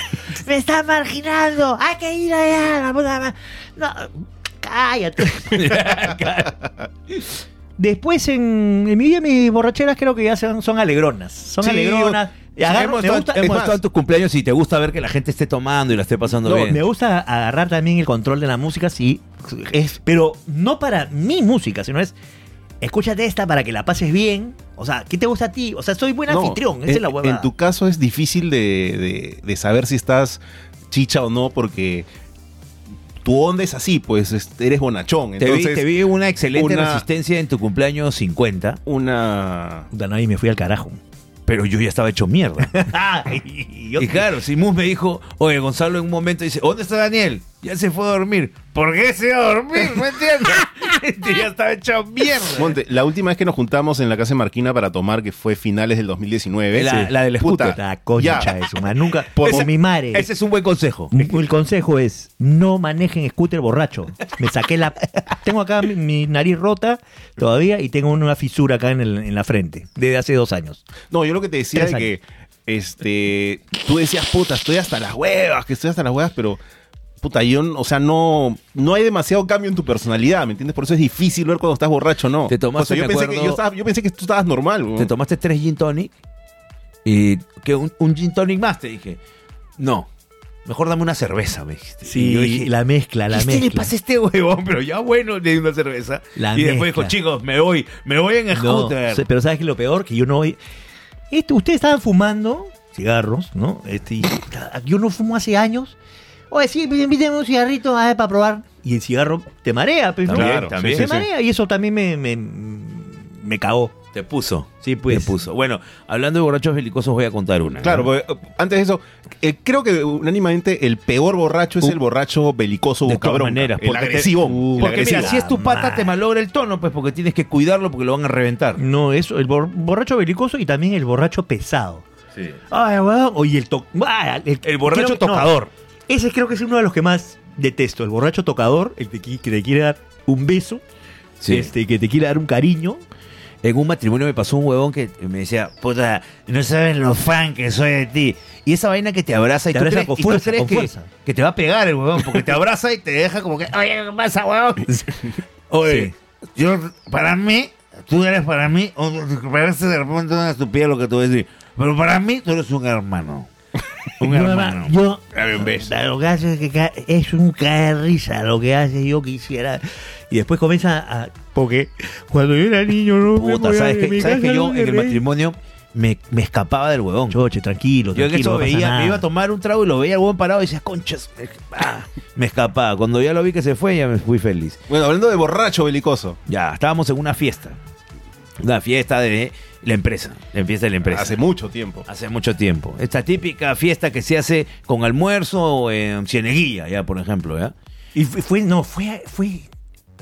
Speaker 4: Me están marginando. Hay que ir allá. La puta ma- No, cállate.
Speaker 2: Después en, en mi vida mis borracheras creo que ya son, son alegronas. Son
Speaker 3: Sí,
Speaker 2: alegronas. Y agarro-
Speaker 3: hemos
Speaker 2: me,
Speaker 3: estado-
Speaker 2: gusta,
Speaker 3: Es
Speaker 1: Hemos
Speaker 3: más-
Speaker 1: estado en tus cumpleaños y te gusta ver que la gente esté tomando y la esté pasando
Speaker 2: no,
Speaker 1: bien.
Speaker 2: me gusta agarrar también el control de la música, sí. Es, pero no para mi música, sino es escúchate esta para que la pases bien. O sea, ¿qué te gusta a ti? O sea, soy buen
Speaker 3: No,
Speaker 2: anfitrión. Esa
Speaker 3: en,
Speaker 2: es la huevada.
Speaker 3: en tu caso es difícil de, de- de saber si estás chicha o no, porque tu onda es así, pues es- eres bonachón.
Speaker 1: te, vi,
Speaker 3: Entonces,
Speaker 1: te vi una excelente
Speaker 3: una-
Speaker 1: resistencia en tu cumpleaños 50,
Speaker 3: una.
Speaker 2: Puta, no, ahí me fui al carajo.
Speaker 1: pero yo ya estaba hecho mierda.
Speaker 2: Ay, y yo-
Speaker 1: y claro, Simus me dijo, oye, Gonzalo en un momento dice, ¿dónde está Daniel? Ya se fue a dormir. ¿Por qué se iba a dormir? ¿Me entiendes? Este ya estaba hecho mierda.
Speaker 3: Monte, la última vez que nos juntamos en la casa de Marquina para tomar, que fue finales del 2019.
Speaker 1: La- la del
Speaker 3: Puta,
Speaker 2: Puta concha
Speaker 3: ya.
Speaker 2: de su madre. Nunca.
Speaker 3: Por-
Speaker 2: Por, mi madre.
Speaker 1: Ese es un buen consejo.
Speaker 2: El consejo es, no manejen scooter borracho. Me saqué la... Tengo acá mi, mi nariz rota todavía y tengo una fisura acá en, el- en la frente desde hace dos años.
Speaker 3: No, yo lo que te decía es
Speaker 2: Tres
Speaker 3: que este, tú decías, puta, estoy hasta las huevas, que estoy hasta las huevas, pero puta, yo, n- o sea, no, no hay demasiado cambio en tu personalidad, ¿me entiendes? Por eso es difícil ver cuando estás borracho, ¿no?
Speaker 1: Te tomaste,
Speaker 3: O sea, yo,
Speaker 1: me
Speaker 3: pensé
Speaker 1: acuerdo-
Speaker 3: que, yo, estaba- yo pensé que tú estabas normal, weón.
Speaker 1: Te tomaste tres gin tonic y que un, un gin tonic más, te dije. No, mejor dame una cerveza, me dijiste. Y yo dije,
Speaker 2: la mezcla, la
Speaker 1: ¿Qué
Speaker 2: mezcla.
Speaker 1: le pasa a este huevón? Pero ya bueno, le di una cerveza.
Speaker 2: La
Speaker 1: y después
Speaker 2: mezcla.
Speaker 1: dijo, chicos, me voy, me voy en
Speaker 2: No,
Speaker 1: scooter.
Speaker 2: sé- pero ¿sabes que Lo peor, que yo no... Esto, ustedes estaban fumando cigarros, ¿no? Este, y- yo no fumo hace años.
Speaker 4: Oye, sí, invítame un cigarrito a ver, para probar.
Speaker 2: Y el cigarro te marea, pues, ¿no?
Speaker 1: También,
Speaker 3: Claro,
Speaker 1: también.
Speaker 2: Te
Speaker 3: sí, sí, sí.
Speaker 2: marea y eso también me, me, me cagó.
Speaker 1: Te puso.
Speaker 2: Sí, pues.
Speaker 1: Te puso. Bueno, hablando de borrachos belicosos, voy a contar una.
Speaker 3: Claro,
Speaker 1: ¿no?
Speaker 3: porque, eh, antes de eso, eh, creo que unánimemente el peor borracho es el borracho belicoso
Speaker 1: Uh. de todas
Speaker 3: cabrón.
Speaker 1: maneras.
Speaker 3: el
Speaker 1: porque te- Uh.
Speaker 3: agresivo. el
Speaker 1: porque mira,
Speaker 3: agresivo.
Speaker 1: si es tu pata,
Speaker 2: uh, Madre.
Speaker 1: te malogra el tono, pues porque tienes que cuidarlo porque lo van a reventar.
Speaker 2: No, eso, el bor- borracho belicoso y también el borracho pesado. Ay, weón. Oye, el, to- ah,
Speaker 1: El borracho
Speaker 2: creo que- no,
Speaker 1: tocador.
Speaker 2: ese creo que es uno de los que más detesto. El borracho tocador, el que, qui- que te quiere dar un beso,
Speaker 1: Sí.
Speaker 2: este, que te quiere dar un cariño.
Speaker 1: En un matrimonio me pasó un huevón que me decía, puta, no sabes lo fan que soy de ti. Y esa vaina que te abraza y
Speaker 2: Te
Speaker 1: tú
Speaker 2: abraza
Speaker 1: crees,
Speaker 2: con
Speaker 1: y tú
Speaker 2: fuerza,
Speaker 1: crees
Speaker 2: con
Speaker 1: que,
Speaker 2: fuerza.
Speaker 1: que te va a pegar el huevón, porque te abraza y te deja como que, oye, ¿qué pasa, huevón? Oye, yo, para mí, tú eres para mí, o te parece de repente una estupidez lo que tú decís, pero para mí tú eres un hermano. Un
Speaker 4: Yo,
Speaker 1: hermano.
Speaker 4: yo-
Speaker 3: Dame un beso.
Speaker 4: lo que hace es que ca- es un caer risa lo que hace yo quisiera.
Speaker 2: Y después comienza a. Porque cuando yo era niño, no. me
Speaker 1: Puta,
Speaker 2: voy a-
Speaker 1: ¿sabes
Speaker 2: de
Speaker 1: que,
Speaker 2: mi
Speaker 1: sabes
Speaker 2: casa
Speaker 1: que yo
Speaker 2: no me
Speaker 1: en el
Speaker 2: reí.
Speaker 1: matrimonio me, me escapaba del huevón?
Speaker 2: Choche, tranquilo,
Speaker 1: Yo en
Speaker 2: tranquilo.
Speaker 1: eso
Speaker 2: no pasa
Speaker 1: veía,
Speaker 2: nada.
Speaker 1: me iba a tomar un trago y lo veía el buen parado y decía, conchas, me, ah", me escapaba. Cuando ya lo vi que se fue, ya me fui feliz.
Speaker 3: Bueno, hablando de borracho belicoso.
Speaker 1: Ya, estábamos en una fiesta. Una fiesta de la empresa. La fiesta de la empresa.
Speaker 3: Hace mucho tiempo.
Speaker 1: Hace mucho tiempo. Esta típica fiesta que se hace con almuerzo en Cieneguilla, ya, por ejemplo, ¿ya?
Speaker 2: Y fue, fue- no, fue, fue,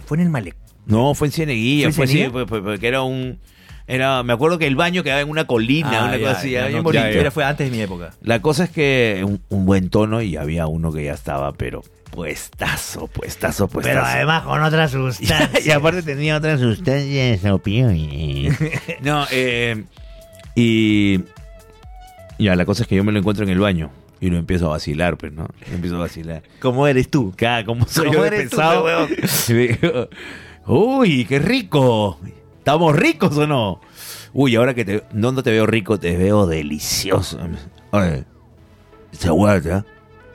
Speaker 2: fue en el malecón.
Speaker 1: No, fue en Cieneguilla,
Speaker 2: ¿Fue
Speaker 1: fue,
Speaker 2: en
Speaker 1: así,
Speaker 2: Cieneguilla?
Speaker 1: fue- fue- porque era un... Era, me acuerdo que el baño quedaba en una
Speaker 2: Ah,
Speaker 1: colina, una cosa así, Ah, ya, bien bonito.
Speaker 3: ya, ya.
Speaker 2: fue antes de mi época.
Speaker 1: La cosa es que un, un buen tono y había uno que ya estaba, pero puestazo, puestazo, puestazo.
Speaker 4: Pero además con otra sustancia.
Speaker 1: y aparte tenía otra
Speaker 4: sustancias opioides.
Speaker 1: No, eh, y ya la cosa es que yo me lo encuentro en el baño. Y lo empiezo a vacilar, pues, ¿no? Lo empiezo a vacilar.
Speaker 2: ¿Cómo eres tú?
Speaker 1: Cada como soy
Speaker 2: ¿Cómo
Speaker 1: yo de
Speaker 2: eres tú,
Speaker 1: pesado.
Speaker 2: pe, huevón?
Speaker 1: y le digo, Uy, qué rico. ¿Estamos ricos o no? Uy, ahora que te, no, no te veo rico, te veo delicioso. Oye, se aguanta.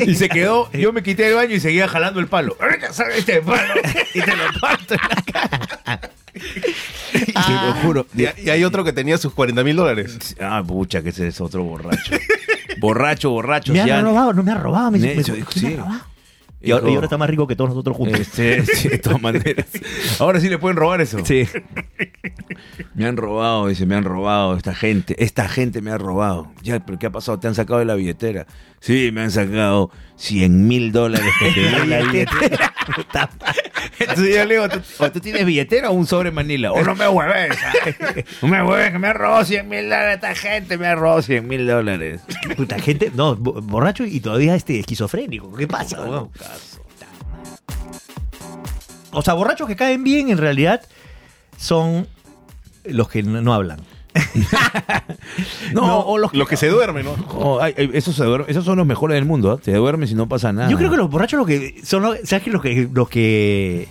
Speaker 1: Y se quedó, yo me quité del baño y seguía jalando el palo. Ahorita sale este palo y te lo parto en la Ah. cara. Te lo juro.
Speaker 3: Y, y hay otro que tenía sus 40 mil dólares.
Speaker 1: Ah, pucha, que ese es otro borracho. borracho, borracho.
Speaker 2: Me
Speaker 1: ya-
Speaker 2: han robado, no me han robado. Me, me,
Speaker 1: Necio,
Speaker 2: me-
Speaker 1: sí.
Speaker 2: me han robado. Y ahora, y ahora está más rico que todos nosotros juntos.
Speaker 1: Este, sí, de todas maneras. Ahora sí le pueden robar eso.
Speaker 2: Sí.
Speaker 1: Me han robado, dice, me han robado esta gente. Esta gente me ha robado. Ya, pero ¿qué ha pasado? ¿Te han sacado de la billetera? Sí, me han sacado 100 mil dólares que tenía en la billetera. Puta madre. Entonces yo le digo, ¿tú, o tú tienes billetera o un sobre Manila? O no me hueves. ah". ¿sabes? No me hueves, que me ha robado 100 mil dólares. Esta gente me ha robado 100 mil dólares.
Speaker 2: Puta gente, no, bo- borracho y todavía este esquizofrénico. ¿Qué pasa? weón? O sea, borrachos que caen bien en realidad son los que no, no hablan.
Speaker 1: No, o los...
Speaker 3: Los que se duermen, ¿no?
Speaker 1: o- Oh, ay, ay, esos, se duer- esos son los mejores del mundo. ¿ah? Te duermes y no pasa nada.
Speaker 2: Yo creo que los borrachos los que son los, ¿sabes qué? los que los que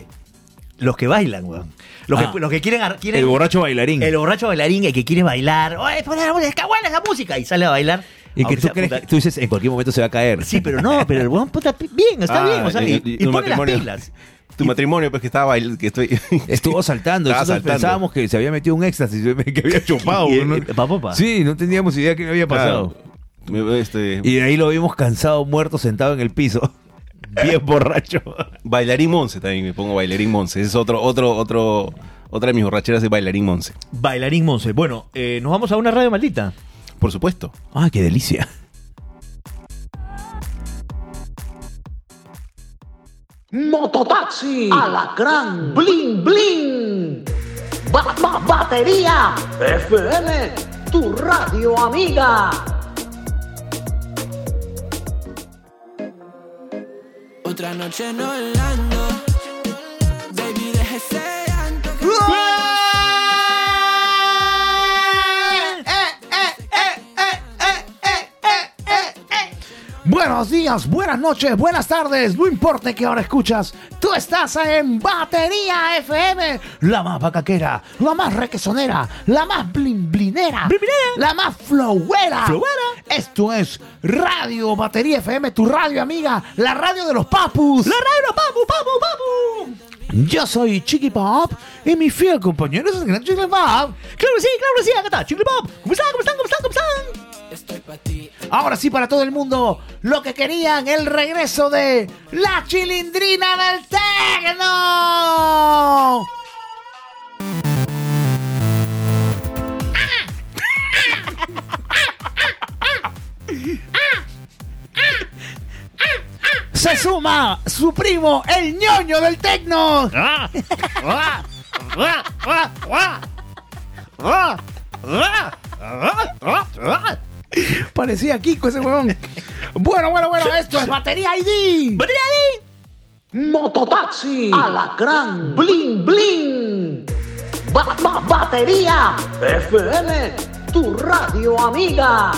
Speaker 2: los que bailan, weón. Los,
Speaker 1: Ah.
Speaker 2: que, los que quieren, ar- quieren-
Speaker 1: El borracho bailarín.
Speaker 2: el borracho bailarín el que quiere bailar, oye, pon la música, qué buena esa música y sale a bailar.
Speaker 1: Y que
Speaker 2: aunque
Speaker 1: tú
Speaker 2: sea
Speaker 1: crees
Speaker 2: puta-
Speaker 1: que tú dices en cualquier momento se va a caer.
Speaker 2: Sí, pero no, pero el weón puta bien, está
Speaker 3: Ah,
Speaker 2: bien, o sea, y,
Speaker 3: y- y
Speaker 2: y
Speaker 3: tu
Speaker 2: pone
Speaker 3: matrimonio.
Speaker 2: las pilas.
Speaker 3: Tu matrimonio, pues que estaba bailando, que estoy.
Speaker 1: Estuvo saltando.
Speaker 3: Estaba
Speaker 1: Nosotros
Speaker 3: saltando.
Speaker 1: pensábamos que se había metido un éxtasis, que había chupado.
Speaker 2: Y-
Speaker 1: ¿no?
Speaker 2: eh, pa, pa, pa.
Speaker 1: Sí, no teníamos idea que le había pasado.
Speaker 3: Claro. Me- Este,
Speaker 1: Y de ahí lo vimos cansado, muerto, sentado en el piso. Bien borracho.
Speaker 3: Bailarín Monse también, me pongo Bailarín Monse. Es otro, otro, otro, otra de mis borracheras de Bailarín Monse.
Speaker 2: Bailarín Monse. Bueno, eh, nos vamos a una radio maldita.
Speaker 3: Por supuesto.
Speaker 1: Ah, qué delicia.
Speaker 6: Mototaxi, Alacrán, Blin Blin, Ba- ba- Batería, FM, tu radio amiga.
Speaker 7: Otra noche en Orlando Baby, deje ese llanto que-
Speaker 1: Buenos días, buenas noches, buenas tardes. No importa qué hora escuchas, tú estás en Batería FM. La más vacaquera, la más requesonera, la más blimblinera, la más flowera. Esto es Radio Batería FM, tu radio amiga, la radio de los papus. La radio de los papus, papu, papu. Yo soy Chiqui Pop y mi fiel compañero es el gran Chiqui Pop. Claro que sí, claro que sí, acá está Chiqui Pop. ¿Cómo están, cómo están, cómo están, cómo están?
Speaker 7: Estoy pa' ti
Speaker 1: Ahora sí, para todo el mundo, lo que querían, el regreso de la chilindrina del Tecno. Se suma su primo, el ñoño del Tecno. Parecía Kiko ese huevón. Bueno, bueno, bueno, esto es Batería ID. ¡Batería ID!
Speaker 6: Mototaxi, Alacrán, Blin Blin, Ba- ba- Batería, FM, tu radio amiga.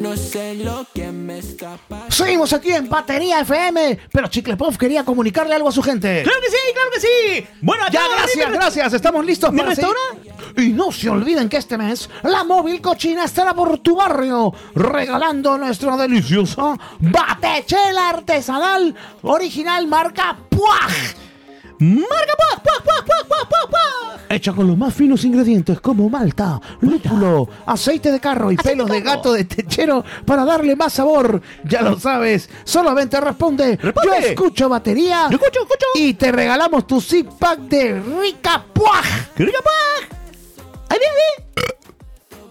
Speaker 7: No sé lo que me está pasando
Speaker 1: Seguimos aquí en Batería FM, pero Chicle Puff quería comunicarle algo a su gente.
Speaker 2: Eh, ¡Claro que sí, claro que sí! Bueno,
Speaker 1: Ya,
Speaker 2: acá-
Speaker 1: gracias, gracias. Estamos listos
Speaker 2: ¿Mi
Speaker 1: para seguir. Y no se olviden que este mes la móvil cochina estará por tu barrio regalando nuestra deliciosa batechela artesanal original marca Puaj. Marca Puac, Puac, Puac, Puac, Puac, Puac, Puac. Hecha con los más finos ingredientes como malta, lúpulo, aceite de carro y pelos de gato de techero para darle más sabor. Ya lo sabes, solamente responde. Yo escucho batería. Y te regalamos tu zip pack de rica Puac. ¡Rica Puac! ¡Ay, bien, bien!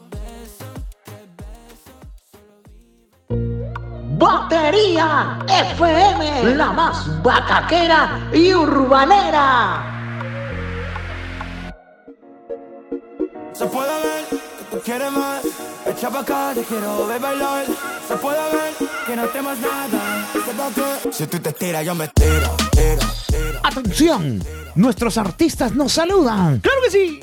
Speaker 6: Batería FM, la más bataquera y urbanera.
Speaker 8: Se puede ver que tú quieres más. Echa pa' acá, te quiero ver bailar. Se puede ver que no temas nada. Sepa que si tú te tiras, yo me tiro, tiro, tiro.
Speaker 1: ¡Atención! Nuestros artistas nos saludan. ¡Claro que sí!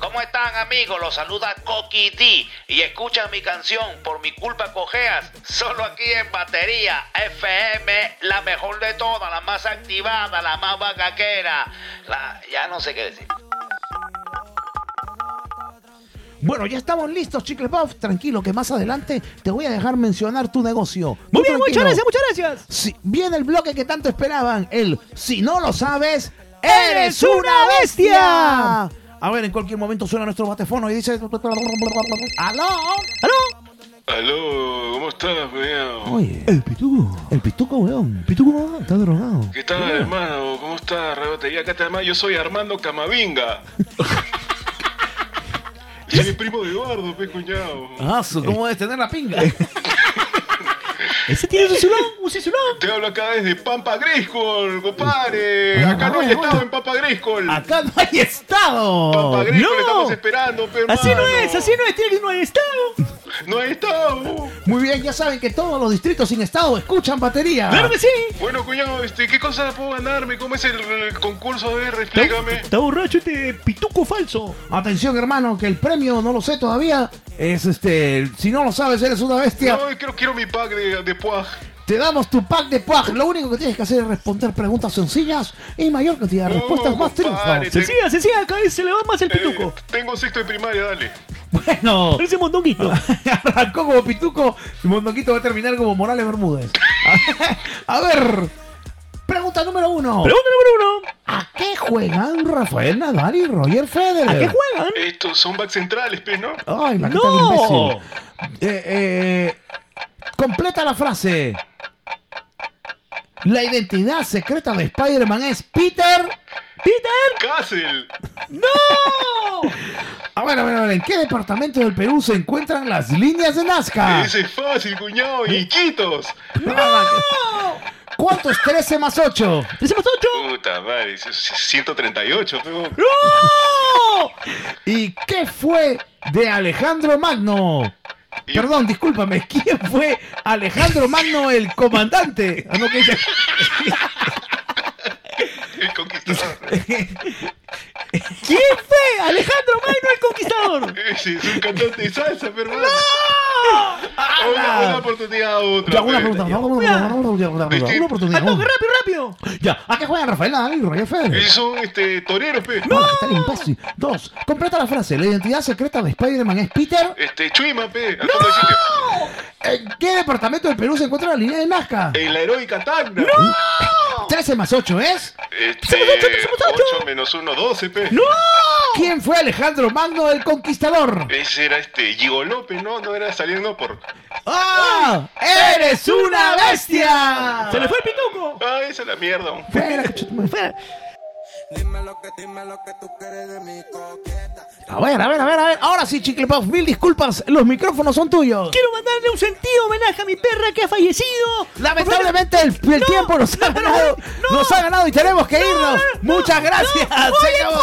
Speaker 9: ¿Cómo están amigos? Los saluda Coqui D y escuchan mi canción Por mi culpa cojeas, solo aquí en batería FM, la mejor de todas, la más activada, la más bagaquera. La, ya no sé qué decir.
Speaker 1: Bueno, ya estamos listos, Chicle Puff. Tranquilo, que más adelante te voy a dejar mencionar tu negocio.
Speaker 2: Muy
Speaker 1: Tú
Speaker 2: bien, muchas
Speaker 1: tranquilo.
Speaker 2: gracias, muchas gracias.
Speaker 1: Si- viene el bloque que tanto esperaban, el Si no lo sabes, eres una bestia. A ver, en cualquier momento suena nuestro batefono y dice... ¡Aló! ¡Aló!
Speaker 10: Aló, ¿cómo estás, weón?
Speaker 1: Oye, el pituco. El pituco, weón. Pituco, está drogado.
Speaker 10: ¿Qué tal, hermano? ¿Cómo estás, Rebotería? Acá está, además, yo soy Armando Camavinga. y es primo de Eduardo, pe cuñado.
Speaker 1: Ah, su,
Speaker 2: Eh.
Speaker 1: ¿cómo debes tener la pinga?
Speaker 2: Ese tiene un cinturón, un cinturón.
Speaker 10: Te hablo acá desde Pampa Griscol, compadre.
Speaker 1: Ah,
Speaker 10: Acá no
Speaker 1: ah,
Speaker 10: he estado
Speaker 1: bueno.
Speaker 10: en Pampa Griscol.
Speaker 1: ¡Acá no hay estado!
Speaker 10: Pampa Griscol,
Speaker 2: Ah, no.
Speaker 10: estamos esperando, pe
Speaker 2: Así no
Speaker 10: hermano.
Speaker 2: es, así no es, tiene que no haber estado.
Speaker 10: No he estado.
Speaker 1: Muy bien, ya saben que todos los distritos sin estado escuchan batería.
Speaker 2: Claro que sí.
Speaker 10: Bueno, cuñado, este, ¿qué cosa puedo ganarme? ¿Cómo es el, el concurso? A ver,
Speaker 2: Está,
Speaker 10: explícame.
Speaker 2: está borracho este pituco falso.
Speaker 1: Atención, hermano, que el premio no lo sé todavía. Es este. el- Si no lo sabes, eres una bestia.
Speaker 10: No, quiero, quiero mi pack de, de Puaj.
Speaker 1: Te damos tu pack de puaj. Lo único que tienes que hacer es responder preguntas sencillas y mayor cantidad de
Speaker 10: No,
Speaker 1: respuestas más
Speaker 10: Oh, compadre,
Speaker 1: triunfas.
Speaker 2: Sencilla, sencilla, cada vez se le va más el
Speaker 10: Eh,
Speaker 2: pituco.
Speaker 10: tengo sexto de primaria, dale.
Speaker 1: Bueno,
Speaker 2: Parece mondonguito.
Speaker 1: arrancó como Pituco. Mondoquito va a terminar como Morales Bermúdez. a ver. Pregunta número uno.
Speaker 2: Pregunta número uno.
Speaker 1: ¿A qué juegan Rafael Nadal y Roger Federer?
Speaker 2: ¿A qué juegan?
Speaker 10: Estos son back centrales, pues, ¿no?
Speaker 1: Ay, la
Speaker 2: ¡No!
Speaker 1: no. Eh, eh, completa la frase. La identidad secreta de Spider-Man es Peter.
Speaker 2: ¡Peter!
Speaker 10: Castle.
Speaker 2: ¡No!
Speaker 1: A ver, a ver, a ver, ¿en qué departamento del Perú se encuentran las líneas de Nazca?
Speaker 10: Ese es fácil, cuñado. Iquitos.
Speaker 1: ¿Cuánto es 13 más 8?
Speaker 2: ¡Decimos ocho!
Speaker 10: Puta madre, eso es 138, pego.
Speaker 2: ¡No!
Speaker 1: ¡Oh! ¿Y qué fue de Alejandro Magno?
Speaker 10: Y-
Speaker 1: Perdón, discúlpame, ¿quién fue Alejandro Magno el comandante? Ah, no, que dice-
Speaker 10: El conquistador.
Speaker 2: ¿Quién fue? Alejandro Magno el Conquistador.
Speaker 10: Ese es un cantante de salsa, pero. Una, una oportunidad otra.
Speaker 1: Ya, una
Speaker 10: pe.
Speaker 1: pregunta, una pregunta, una pregunta, una oportunidad.
Speaker 2: ¡Ando, rápido, rápido!
Speaker 1: Ya, ¿a qué juegan Rafael Nadal y Roger Federer?
Speaker 10: Y son este, toreros, pe.
Speaker 1: No, está el imbécil. Dos, completa la frase. La identidad secreta de Spider-Man es Peter.
Speaker 10: Este, Chuima, pe. Acá está Chique.
Speaker 1: ¿En qué departamento del Perú se encuentra la línea de Nazca?
Speaker 10: En la heroica Tacna.
Speaker 1: 13 más 8 es.
Speaker 10: Este, 8 menos 1, 12, pe.
Speaker 1: ¿Quién fue Alejandro Magno el Conquistador?
Speaker 10: Ese era este, Gigo López, ¿no? No era saliendo por.
Speaker 1: ¡Ah! ¡Eres una bestia!
Speaker 2: ¡Se le fue el pituco!
Speaker 10: Ah, esa es la mierda.
Speaker 1: Espera, cochetumare, espera.
Speaker 8: Dime lo que, dime lo que tú quieres de mi coqueta.
Speaker 1: A ver, a ver, a ver, a ver. Ahora sí, Chicle Puff, mil disculpas. Los micrófonos son tuyos.
Speaker 2: Quiero mandarle un sentido homenaje a mi perra que ha fallecido.
Speaker 1: Lamentablemente el, el
Speaker 2: No,
Speaker 1: tiempo nos ha
Speaker 2: no,
Speaker 1: ganado.
Speaker 2: no.
Speaker 1: nos ha ganado y tenemos que
Speaker 2: No,
Speaker 1: irnos.
Speaker 2: no,
Speaker 1: Muchas
Speaker 2: no,
Speaker 1: gracias.
Speaker 2: no,
Speaker 1: Se
Speaker 2: oye,
Speaker 1: acabó.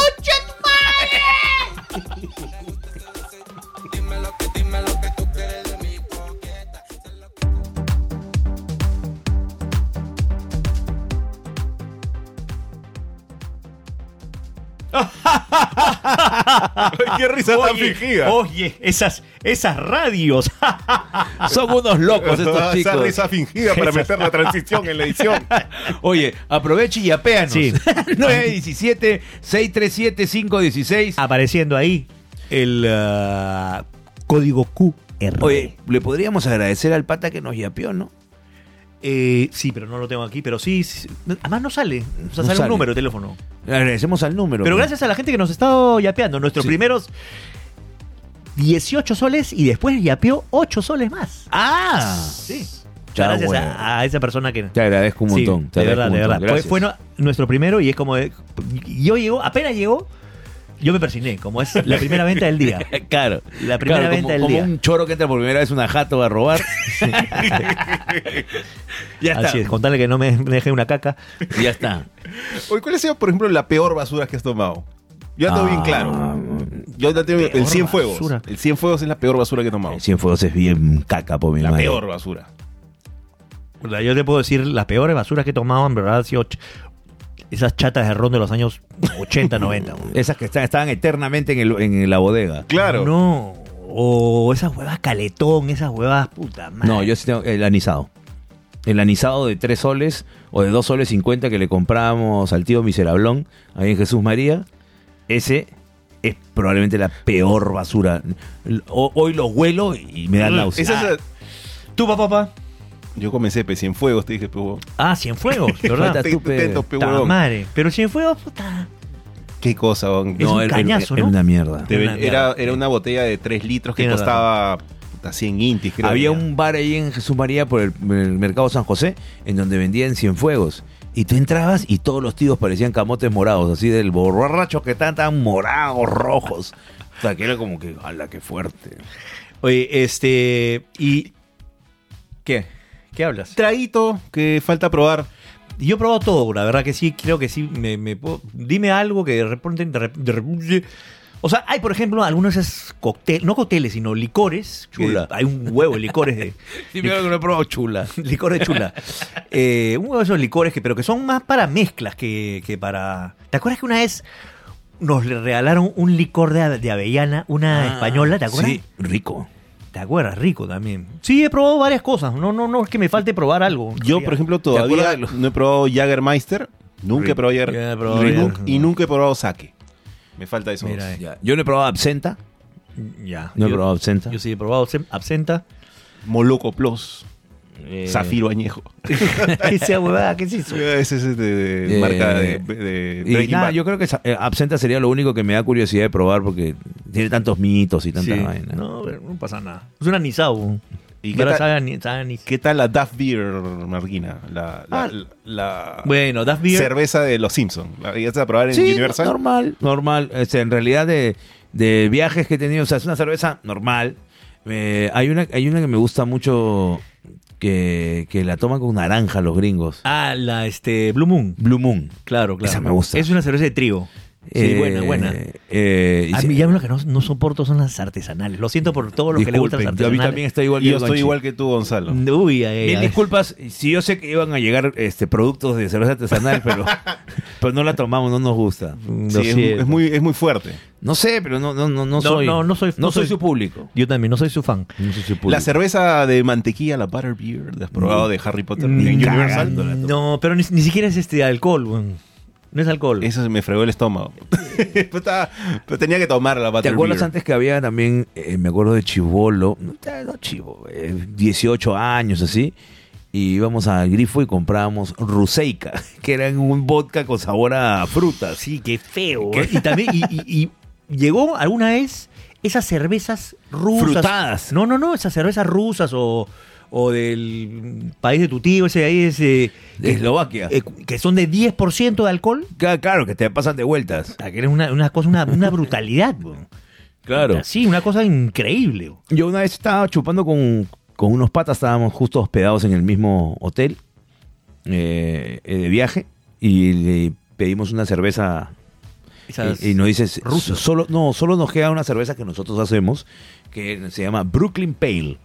Speaker 8: Dime lo que, dime lo que tú quieres de mi coqueta.
Speaker 3: Qué risa tan fingida.
Speaker 2: oye, esas, esas radios.
Speaker 1: Son unos locos estos
Speaker 3: Esa
Speaker 1: chicos.
Speaker 3: risa fingida para meter la transición en la edición.
Speaker 1: Oye, aproveche y apéanos.
Speaker 2: Sí.
Speaker 1: 917 637 516.
Speaker 2: Apareciendo ahí el ah, código QR.
Speaker 1: Oye, le podríamos agradecer al pata que nos yapeó, ¿no?
Speaker 2: Eh, sí, pero no lo tengo aquí, pero sí. sí, además no sale. O sea,
Speaker 1: No
Speaker 2: sale,
Speaker 1: sale.
Speaker 2: un número de teléfono.
Speaker 1: Le agradecemos al número.
Speaker 2: Pero
Speaker 1: pues.
Speaker 2: gracias a la gente que nos ha estado yapeando. Nuestros
Speaker 1: Sí.
Speaker 2: primeros 18 soles y después yapeó 8 soles más.
Speaker 1: ¡Ah!
Speaker 2: Sí.
Speaker 1: Chao,
Speaker 2: gracias
Speaker 1: güey.
Speaker 2: a, a esa persona que.
Speaker 1: Te agradezco un
Speaker 2: Sí,
Speaker 1: montón. te
Speaker 2: de
Speaker 1: agradezco
Speaker 2: verdad,
Speaker 1: un
Speaker 2: de verdad.
Speaker 1: montón.
Speaker 2: Fue,
Speaker 1: Gracias.
Speaker 2: fue no- nuestro primero y es como. eh, de- Yo llegó, apenas llegó, yo me persigné, como es la primera venta del día.
Speaker 1: Claro.
Speaker 2: La eh, primera
Speaker 1: Claro,
Speaker 2: venta
Speaker 1: como,
Speaker 2: del
Speaker 1: como
Speaker 2: día.
Speaker 1: un choro que entra por primera vez a una jato a robar. ya está.
Speaker 2: Así es, contarle que no me, me deje una caca.
Speaker 1: Ya está.
Speaker 3: Oye, ¿cuál ha sido, por ejemplo, la peor basura que has tomado? Yo ando bien claro. Yo la tengo el 100 fuegos.
Speaker 2: basura.
Speaker 3: El 100 fuegos es la peor basura que he tomado.
Speaker 1: Cienfuegos es bien caca, por mi
Speaker 3: La
Speaker 1: madre.
Speaker 3: peor basura.
Speaker 2: Puta, Yo te puedo decir, las peores basuras que tomaban, verdad, han sido ch- esas chatas de ron de los años 80, 90. güey.
Speaker 1: Esas que están- estaban eternamente en, el- en la bodega.
Speaker 3: Claro.
Speaker 2: No. O esas huevas caletón, esas huevas puta madre.
Speaker 1: No, yo sí tengo el anisado. El anisado de 3 soles o de 2 soles 50 que le comprábamos al tío Miserablón ahí en Jesús María. Ese es probablemente la peor basura. O- hoy lo huelo y me da náusea.
Speaker 3: Esa es la-
Speaker 2: ¿Tú, papá, papá?
Speaker 3: Yo comencé, pe, 100 fuegos, te dije, pe, huevón.
Speaker 2: Ah, Cienfuegos, ¿verdad?
Speaker 1: Falta- tú, pe.
Speaker 3: Tentos, pe,
Speaker 2: Puta
Speaker 3: huevón.
Speaker 2: madre. Pero Cienfuegos, puta.
Speaker 3: Qué cosa, huevón.
Speaker 2: Es
Speaker 1: No,
Speaker 2: un
Speaker 1: era-
Speaker 2: cañazo,
Speaker 1: era
Speaker 2: ¿no?
Speaker 1: una mierda.
Speaker 3: Te
Speaker 2: una
Speaker 3: ven- era,
Speaker 2: mierda.
Speaker 3: era una botella de 3 litros que
Speaker 2: Tienes
Speaker 3: costaba puta, 100 intis, creo.
Speaker 1: Había un bar ahí en Jesús María por el, el mercado San José en donde vendían cienfuegos. Y tú entrabas y todos los tíos parecían camotes morados, así del borracho que están tan morados, rojos. O sea, que era como que, ala, qué fuerte.
Speaker 2: Oye, este. ¿Y qué? ¿Qué hablas?
Speaker 3: traguito que falta probar.
Speaker 2: Yo he probado todo, la verdad que sí, creo que sí. Me, me puedo- dime algo que de repente, de rep- de repente- O sea, hay, por ejemplo, algunos de esos cócteles, no cócteles, sino licores. que
Speaker 1: Chula.
Speaker 2: Hay un huevo de licores de.
Speaker 1: que no he probado chula.
Speaker 2: licores de chula. Eh, un huevo de esos licores, que, pero que son más para mezclas que, que para. ¿Te acuerdas que una vez nos le regalaron un licor de, ave- de avellana, una española, ¿te acuerdas?
Speaker 1: Ah, Sí, rico.
Speaker 2: ¿Te acuerdas? Rico también. Sí, he probado varias cosas. No, no, no, es que me falte probar algo.
Speaker 3: Yo, por ejemplo,
Speaker 1: acuerdas
Speaker 3: todavía
Speaker 1: de lo-
Speaker 3: no he probado Jagermeister. Nunca he probado Jager-
Speaker 2: Ya he probado
Speaker 3: y,
Speaker 2: Jager-
Speaker 3: nunca, y nunca he probado sake. Me falta eso.
Speaker 2: Mira, eh.
Speaker 1: Ya, Yo no he probado absenta.
Speaker 2: Ya.
Speaker 1: No he
Speaker 2: Yo-
Speaker 1: probado absenta.
Speaker 2: Yo sí he probado absen- absenta.
Speaker 3: Moloco Plus.
Speaker 1: Eh,
Speaker 3: Zafiro Añejo.
Speaker 2: Esa huevada, ¿qué es eso?
Speaker 3: Ese es de, de
Speaker 1: Eh,
Speaker 3: marca de, de
Speaker 1: y
Speaker 3: Breaking
Speaker 1: nada,
Speaker 3: Bad.
Speaker 1: yo creo que sa- eh, absenta sería lo único que me da curiosidad de probar porque tiene tantos mitos y tanta
Speaker 2: Sí.
Speaker 1: vaina.
Speaker 2: No, pero no pasa nada. Es un anisado.
Speaker 3: ¿Y
Speaker 2: Pero
Speaker 3: qué tal-
Speaker 2: sabe a ani- sabe a anis.
Speaker 3: ¿Qué tal la Duff Beer, Marguina? La, la-
Speaker 2: Ah.
Speaker 3: la- la
Speaker 2: Bueno, Duff Beer.
Speaker 3: cerveza de los Simpsons. ¿La llegaste a probar en
Speaker 1: Sí,
Speaker 3: Universal?
Speaker 1: normal, normal. Este, en realidad de, de viajes que he tenido, o sea, es una cerveza normal. Eh, hay, una, hay una que me gusta mucho que, que la toman con naranja los gringos.
Speaker 2: Ah, la este, Blue Moon.
Speaker 1: Blue Moon.
Speaker 2: Claro, claro.
Speaker 1: Esa me gusta.
Speaker 2: Es una cerveza de trigo. Sí,
Speaker 1: Eh,
Speaker 2: buena, buena.
Speaker 1: eh, y
Speaker 2: A
Speaker 1: sí,
Speaker 2: mí ya lo que no, no soporto son las artesanales. Lo siento por todos los que le gustan las
Speaker 1: disculpen, yo a mí
Speaker 2: artesanales.
Speaker 1: también estoy igual que
Speaker 3: Yo
Speaker 1: el
Speaker 3: estoy
Speaker 1: Guanchi.
Speaker 3: igual que tú, Gonzalo.
Speaker 2: Uy, ay, ay,
Speaker 1: Mil
Speaker 2: ay.
Speaker 1: disculpas, si yo sé que iban a llegar este productos de cerveza artesanal, pero, pero no la tomamos, no nos gusta.
Speaker 2: Lo
Speaker 3: Mm, Sí, es,
Speaker 2: siento.
Speaker 3: es muy, es muy fuerte.
Speaker 1: No sé, pero no, no, no, no,
Speaker 2: No,
Speaker 1: soy,
Speaker 2: no, no soy- no soy-
Speaker 1: su público.
Speaker 2: Yo también, no soy su fan.
Speaker 1: No soy su público.
Speaker 3: La cerveza de mantequilla, la Butter Beer, ¿la has probado de Harry Potter
Speaker 2: Ni
Speaker 3: en Universal?
Speaker 2: cagando la tomo. No, pero ni, ni siquiera es este alcohol, weón. No es alcohol.
Speaker 3: Eso me fregó el estómago. Puta, pero tenía que tomar la
Speaker 1: ¿Te
Speaker 3: Butter
Speaker 1: acuerdas
Speaker 3: Beer.
Speaker 1: antes que había también, eh, me acuerdo de Chivolo, no, no Chivo, eh, 18 años así, y íbamos al grifo y comprábamos Ruseica, que era un vodka con sabor a frutas.
Speaker 2: Sí, qué feo. ¿eh? Y también, y, y- y llegó alguna vez esas cervezas rusas.
Speaker 1: Frutadas.
Speaker 2: No, no, no, esas cervezas rusas o, o del país de tu tío, ese ahí, ese.
Speaker 1: De Eslovaquia.
Speaker 2: eh, que son de 10% de alcohol.
Speaker 1: Ca- Claro, que te pasan de vueltas.
Speaker 2: Ah, Que era una, una cosa, una, una brutalidad, weón.
Speaker 1: Claro.
Speaker 2: Sí, una cosa increíble. weón.
Speaker 1: Yo una vez estaba chupando con, con unos patas, estábamos justo hospedados en el mismo hotel eh, eh, de viaje y le pedimos una cerveza
Speaker 2: Esas-
Speaker 1: y, y nos dices
Speaker 2: rusa.
Speaker 1: Solo, no, solo nos queda una cerveza que nosotros hacemos que se llama Brooklyn Pale.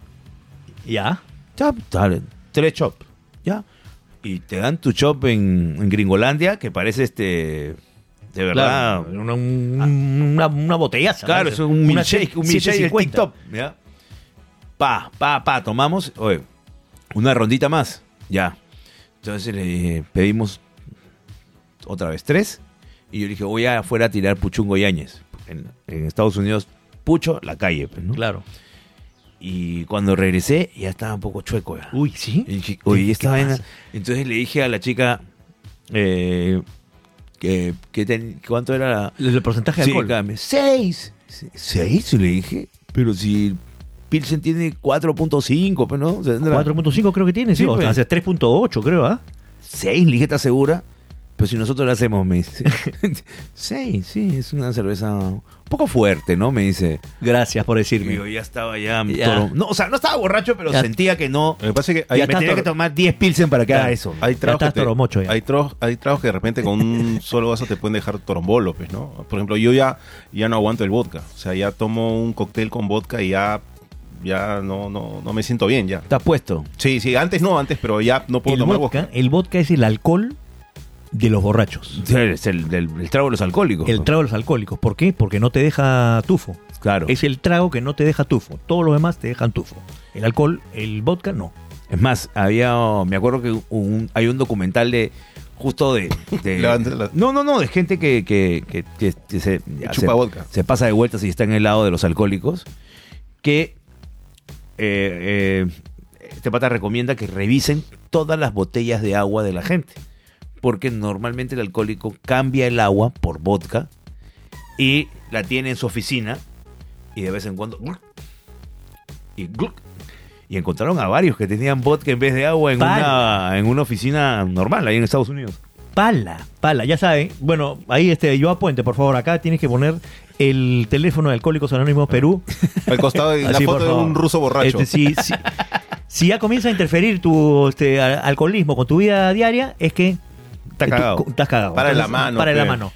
Speaker 2: Ya.
Speaker 1: Ya, dale, tres chop, ya. Y te dan tu chop en, en Gringolandia que parece este de verdad.
Speaker 2: Claro, una, un- una, una botellaza.
Speaker 1: Claro,
Speaker 2: ¿no?
Speaker 1: es un
Speaker 2: Una
Speaker 1: milkshake,
Speaker 2: siete-
Speaker 1: un milkshake del
Speaker 2: 750.
Speaker 1: TikTok. ¿ya? Pa, pa, pa, tomamos. Oye, una rondita más. Ya. Entonces le dije, pedimos otra vez tres. Y yo le dije, voy afuera a tirar puchungo y En, en Estados Unidos, pucho, la calle. pues, ¿no?
Speaker 2: Claro.
Speaker 1: Y cuando regresé, ya estaba un poco chueco. ya.
Speaker 2: Uy, ¿sí?
Speaker 1: Y dije, oye,
Speaker 2: ¿Qué
Speaker 1: esta vaina.
Speaker 2: pasa?
Speaker 1: Entonces le dije a la chica eh, que, que ten- cuánto era la.
Speaker 2: El porcentaje de
Speaker 1: Sí,
Speaker 2: alcohol.
Speaker 1: cada mes. Seis. Se- Seis, le dije. Pero si el Pilsen tiene 4.5, pues no. O sea, tendrá-
Speaker 2: 4.5 creo que tiene, sí.
Speaker 1: Sí,
Speaker 2: o
Speaker 1: pues.
Speaker 2: sea, hace 3.8 creo, ¿ah?
Speaker 1: Seis, le dije, ¿estás segura? Pero si nosotros lo hacemos, me dice. Seis, sí, es una cerveza un poco fuerte, ¿no? Me dice.
Speaker 2: Gracias por
Speaker 1: Y yo
Speaker 2: decirme.
Speaker 1: ya estaba ya,
Speaker 2: Ya.
Speaker 1: toro- No, o sea, no estaba borracho, pero
Speaker 2: Ya.
Speaker 1: sentía que no.
Speaker 3: Me parece que
Speaker 1: Y
Speaker 3: hay,
Speaker 1: me tenía que tomar 10 Pilsen para que
Speaker 2: Ya.
Speaker 1: haga eso. este.
Speaker 3: hay tragos
Speaker 2: estás
Speaker 3: que te-
Speaker 2: toro mocho ya.
Speaker 3: hay tragos- hay tragos que de repente con un solo vaso te pueden dejar torombolo, pues, ¿no? Por ejemplo, yo ya, ya no aguanto el vodka. O sea, ya tomo un cóctel con vodka y ya, ya no, no, no me siento bien ya.
Speaker 1: Estás puesto.
Speaker 3: Sí, sí, antes no, antes, pero ya no puedo
Speaker 2: El
Speaker 3: tomar
Speaker 2: vodka, el vodka es el alcohol de los borrachos.
Speaker 1: Es el, el- el trago de los alcohólicos.
Speaker 2: El trago de los alcohólicos. ¿Por qué? Porque no te deja tufo.
Speaker 1: Claro. Es,
Speaker 2: Es el trago que no te deja tufo. Todos los demás te dejan tufo. El alcohol, el vodka, no.
Speaker 1: más, había. Me acuerdo que un- hay un documental de. Justo de. de-
Speaker 3: Levanta la-
Speaker 1: no, no, no, de gente que. que, que- que- que se,
Speaker 3: Chupa
Speaker 1: se-
Speaker 3: vodka.
Speaker 1: se pasa de vueltas y está en el lado de los alcohólicos. Que. eh, eh, este pata recomienda que revisen todas las botellas de agua de la gente. Porque normalmente el alcohólico cambia el agua por vodka y la tiene en su oficina y de vez en cuando ¡gluc! y ¡gluc! y encontraron a varios que tenían vodka en vez de agua en
Speaker 2: Para.
Speaker 1: una en una oficina normal ahí en Estados Unidos.
Speaker 2: Pala, pala, ya saben. Bueno, ahí este, yo Puente, por favor, acá tienes que poner el teléfono de Alcohólicos Anónimos Perú.
Speaker 3: vodka. Al costado de la
Speaker 2: Así,
Speaker 3: foto
Speaker 2: por
Speaker 3: de
Speaker 2: favor.
Speaker 3: un ruso borracho.
Speaker 2: Este, si, si- si ya comienza a interferir tu este, al- alcoholismo con tu vida diaria, es que
Speaker 3: Está
Speaker 2: tú-
Speaker 3: cagado.
Speaker 2: estás cagado.
Speaker 3: Para
Speaker 2: Entonces,
Speaker 3: la mano,
Speaker 2: Para la
Speaker 3: pe.
Speaker 2: mano.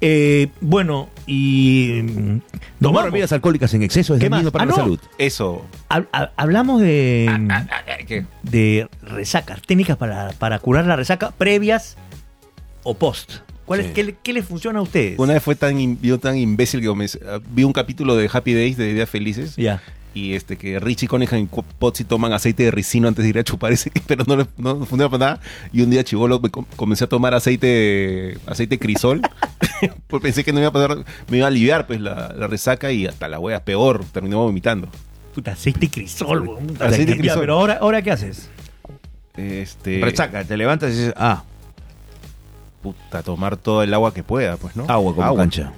Speaker 2: Eh, bueno, y. mm, nos
Speaker 1: Tomar
Speaker 2: vamos.
Speaker 1: bebidas alcohólicas en exceso es
Speaker 2: ¿Qué
Speaker 1: dañino
Speaker 2: más?
Speaker 1: para
Speaker 2: Ah,
Speaker 1: la
Speaker 2: no.
Speaker 1: salud.
Speaker 3: Eso.
Speaker 2: Hab- hab- hablamos de. mm, De resacas, técnicas para, para curar la resaca previas o post. ¿Cuál es-
Speaker 1: Sí.
Speaker 2: qué, le- qué les funciona a ustedes?
Speaker 3: Una vez fue tan, in- yo tan imbécil que comencé- vi un capítulo de Happy Days, de Días Felices,
Speaker 2: Ya.
Speaker 3: y este que Richie Cunningham y Co- Pozzi toman aceite de ricino antes de ir a chupar ese, pero no, le- no funciona para nada. Y un día chivolo me com- comencé a tomar aceite de- aceite crisol, porque pensé que no me iba a pasar, me iba a aliviar pues la, la resaca y hasta la wea peor, terminé vomitando.
Speaker 2: Puta, aceite crisol, weón. Puta,
Speaker 3: Aceite
Speaker 2: ya, ya,
Speaker 3: crisol.
Speaker 2: Pero ahora, ahora, ¿qué haces?
Speaker 3: Este,
Speaker 1: Resaca, te levantas y dices, ah,
Speaker 3: puta, tomar todo el agua que pueda, pues, ¿no?
Speaker 1: agua como cancha.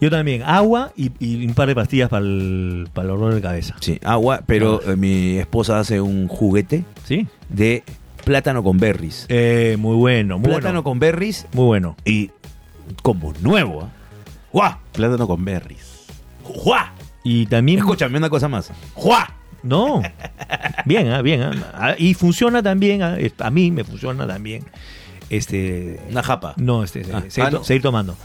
Speaker 2: Yo también, agua y, y un par de pastillas para el, para el dolor de cabeza.
Speaker 1: Sí, agua, pero eh, mi esposa hace un juguete
Speaker 2: ¿Sí?
Speaker 1: de plátano con berries.
Speaker 2: Eh, muy bueno, muy
Speaker 1: plátano
Speaker 2: bueno.
Speaker 1: con berries
Speaker 2: Muy bueno.
Speaker 1: y como nuevo. ¿ah? ¡Guau!
Speaker 3: Plátano con berries.
Speaker 1: ¡Guau!
Speaker 2: Y también.
Speaker 1: Escúchame una cosa más. ¡Guau!
Speaker 2: No. Bien, ah, bien. ah. Ah, Y funciona también, ah, es- a mí me funciona también. Este.
Speaker 1: Una japa.
Speaker 2: No, este, se-
Speaker 1: Ah,
Speaker 2: seguir,
Speaker 3: ah,
Speaker 2: to-
Speaker 3: no.
Speaker 2: seguir tomando.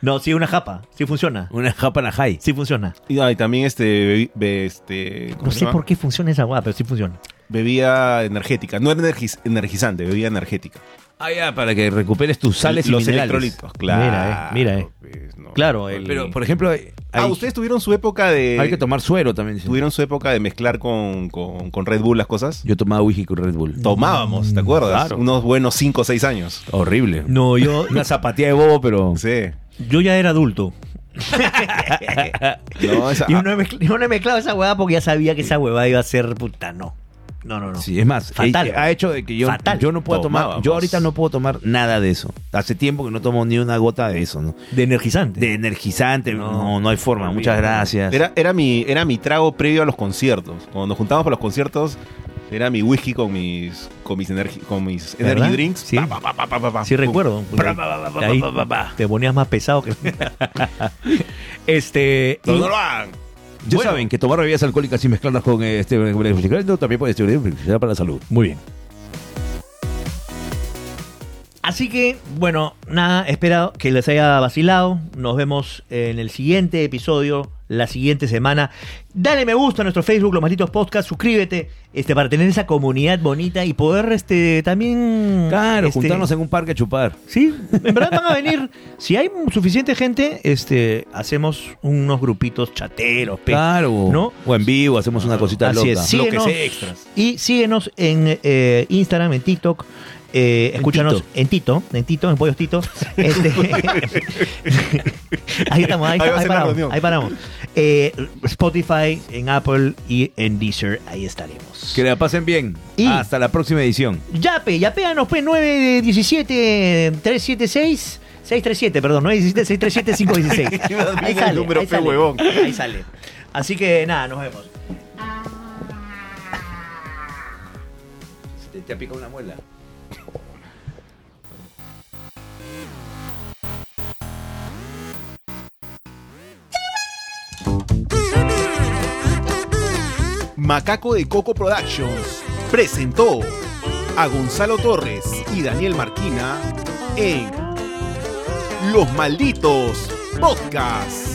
Speaker 2: no, sí, una japa. Sí funciona.
Speaker 1: Una japa najai.
Speaker 2: Sí funciona.
Speaker 3: Y, ah, y también este, bebi- be- este ¿cómo
Speaker 2: No
Speaker 3: se
Speaker 2: sé
Speaker 3: llama?
Speaker 2: por qué funciona esa agua, pero sí funciona.
Speaker 3: bebida energética, no era energiz- energizante, bebida energética.
Speaker 1: Ah, ya, para que recuperes tus sales y
Speaker 3: los
Speaker 1: minerales.
Speaker 3: electrolitos, claro.
Speaker 2: Mira, eh, mira, eh.
Speaker 3: pues, no.
Speaker 2: Claro, el-
Speaker 1: Pero, por ejemplo, hay,
Speaker 3: Ah, ustedes tuvieron su época de
Speaker 1: hay que tomar suero también. dicen.
Speaker 3: tuvieron su época de mezclar con, con- con Red Bull las cosas.
Speaker 1: Yo tomaba whisky con Red Bull.
Speaker 3: Tomábamos, ¿te acuerdas?
Speaker 1: Mm, Claro.
Speaker 3: Unos buenos 5 o 6 años.
Speaker 1: Horrible.
Speaker 2: No, yo,
Speaker 1: Una zapatilla de bobo, pero...
Speaker 3: Sí.
Speaker 2: yo ya era adulto.
Speaker 3: No, esa-
Speaker 2: Y yo no, he mezcl- yo no he mezclado esa huevada porque ya sabía que esa huevada iba a ser puta, no. No, no, no.
Speaker 1: Sí, es más,
Speaker 2: Fatal.
Speaker 1: eh, ha hecho de que yo,
Speaker 2: Fatal.
Speaker 1: yo no pueda tomar,
Speaker 3: Tomábamos.
Speaker 1: yo ahorita no puedo tomar nada de eso. Hace tiempo que no tomo ni una gota de eso, ¿no?
Speaker 2: De energizante.
Speaker 1: De energizante, no, no, hay forma. Muchas gracias.
Speaker 3: era, era mi, era mi trago previo a los conciertos. Cuando nos juntábamos para los conciertos, era mi whisky con mis con mis, energi- con mis
Speaker 2: ¿Verdad?
Speaker 3: energy drinks.
Speaker 2: Sí.
Speaker 3: Pa, pa, pa, pa, pa, pa, pa.
Speaker 2: Sí,
Speaker 3: Pum.
Speaker 2: recuerdo. Ahí te ponías más pesado que. este.
Speaker 3: Pero
Speaker 2: y-
Speaker 3: no lo hagan.
Speaker 1: Ya saben que tomar bebidas alcohólicas y mezclarlas con eh, este con el refrigerante también puede ser beneficioso para la salud.
Speaker 2: Muy bien. Así que, bueno, nada, espero que les haya vacilado. Nos vemos en el siguiente episodio, la siguiente semana. Dale me gusta a nuestro Facebook, Los Malditos Podcast, suscríbete este, para tener esa comunidad bonita y poder este, también...
Speaker 1: Claro,
Speaker 2: este,
Speaker 1: juntarnos en un parque a chupar.
Speaker 2: Sí, en verdad van a venir. Si hay suficiente gente, este, hacemos unos grupitos chateros, pe.
Speaker 1: Claro.
Speaker 2: ¿No?
Speaker 1: O en vivo, hacemos una cosita
Speaker 2: Así
Speaker 1: loca.
Speaker 2: es, síguenos.
Speaker 3: sea extras.
Speaker 2: Y síguenos en eh, Instagram, en TikTok, eh, escúchanos en Tito, en Tito, en Pollos Tito. Este, ahí estamos, ahí,
Speaker 3: Ahí va a
Speaker 2: ahí
Speaker 3: ser la
Speaker 2: paramos.
Speaker 3: reunión.
Speaker 2: Ahí paramos. Eh, Spotify, en Apple y en Deezer, ahí estaremos.
Speaker 1: Que la pasen bien.
Speaker 2: Y-
Speaker 1: Hasta la próxima edición.
Speaker 2: Yape, yapeanos, pues 917 376 637, perdón, 917 637 516. Ahí
Speaker 3: Dice el
Speaker 2: sale,
Speaker 3: número,
Speaker 2: ahí
Speaker 3: pe
Speaker 2: sale,
Speaker 3: huevón.
Speaker 2: ahí sale. Así que nada, nos vemos.
Speaker 1: Te, te pica una muela.
Speaker 3: Macaco de Coco Productions presentó a Gonzalo Torres y Daniel Marquina en Los Malditos Podcast.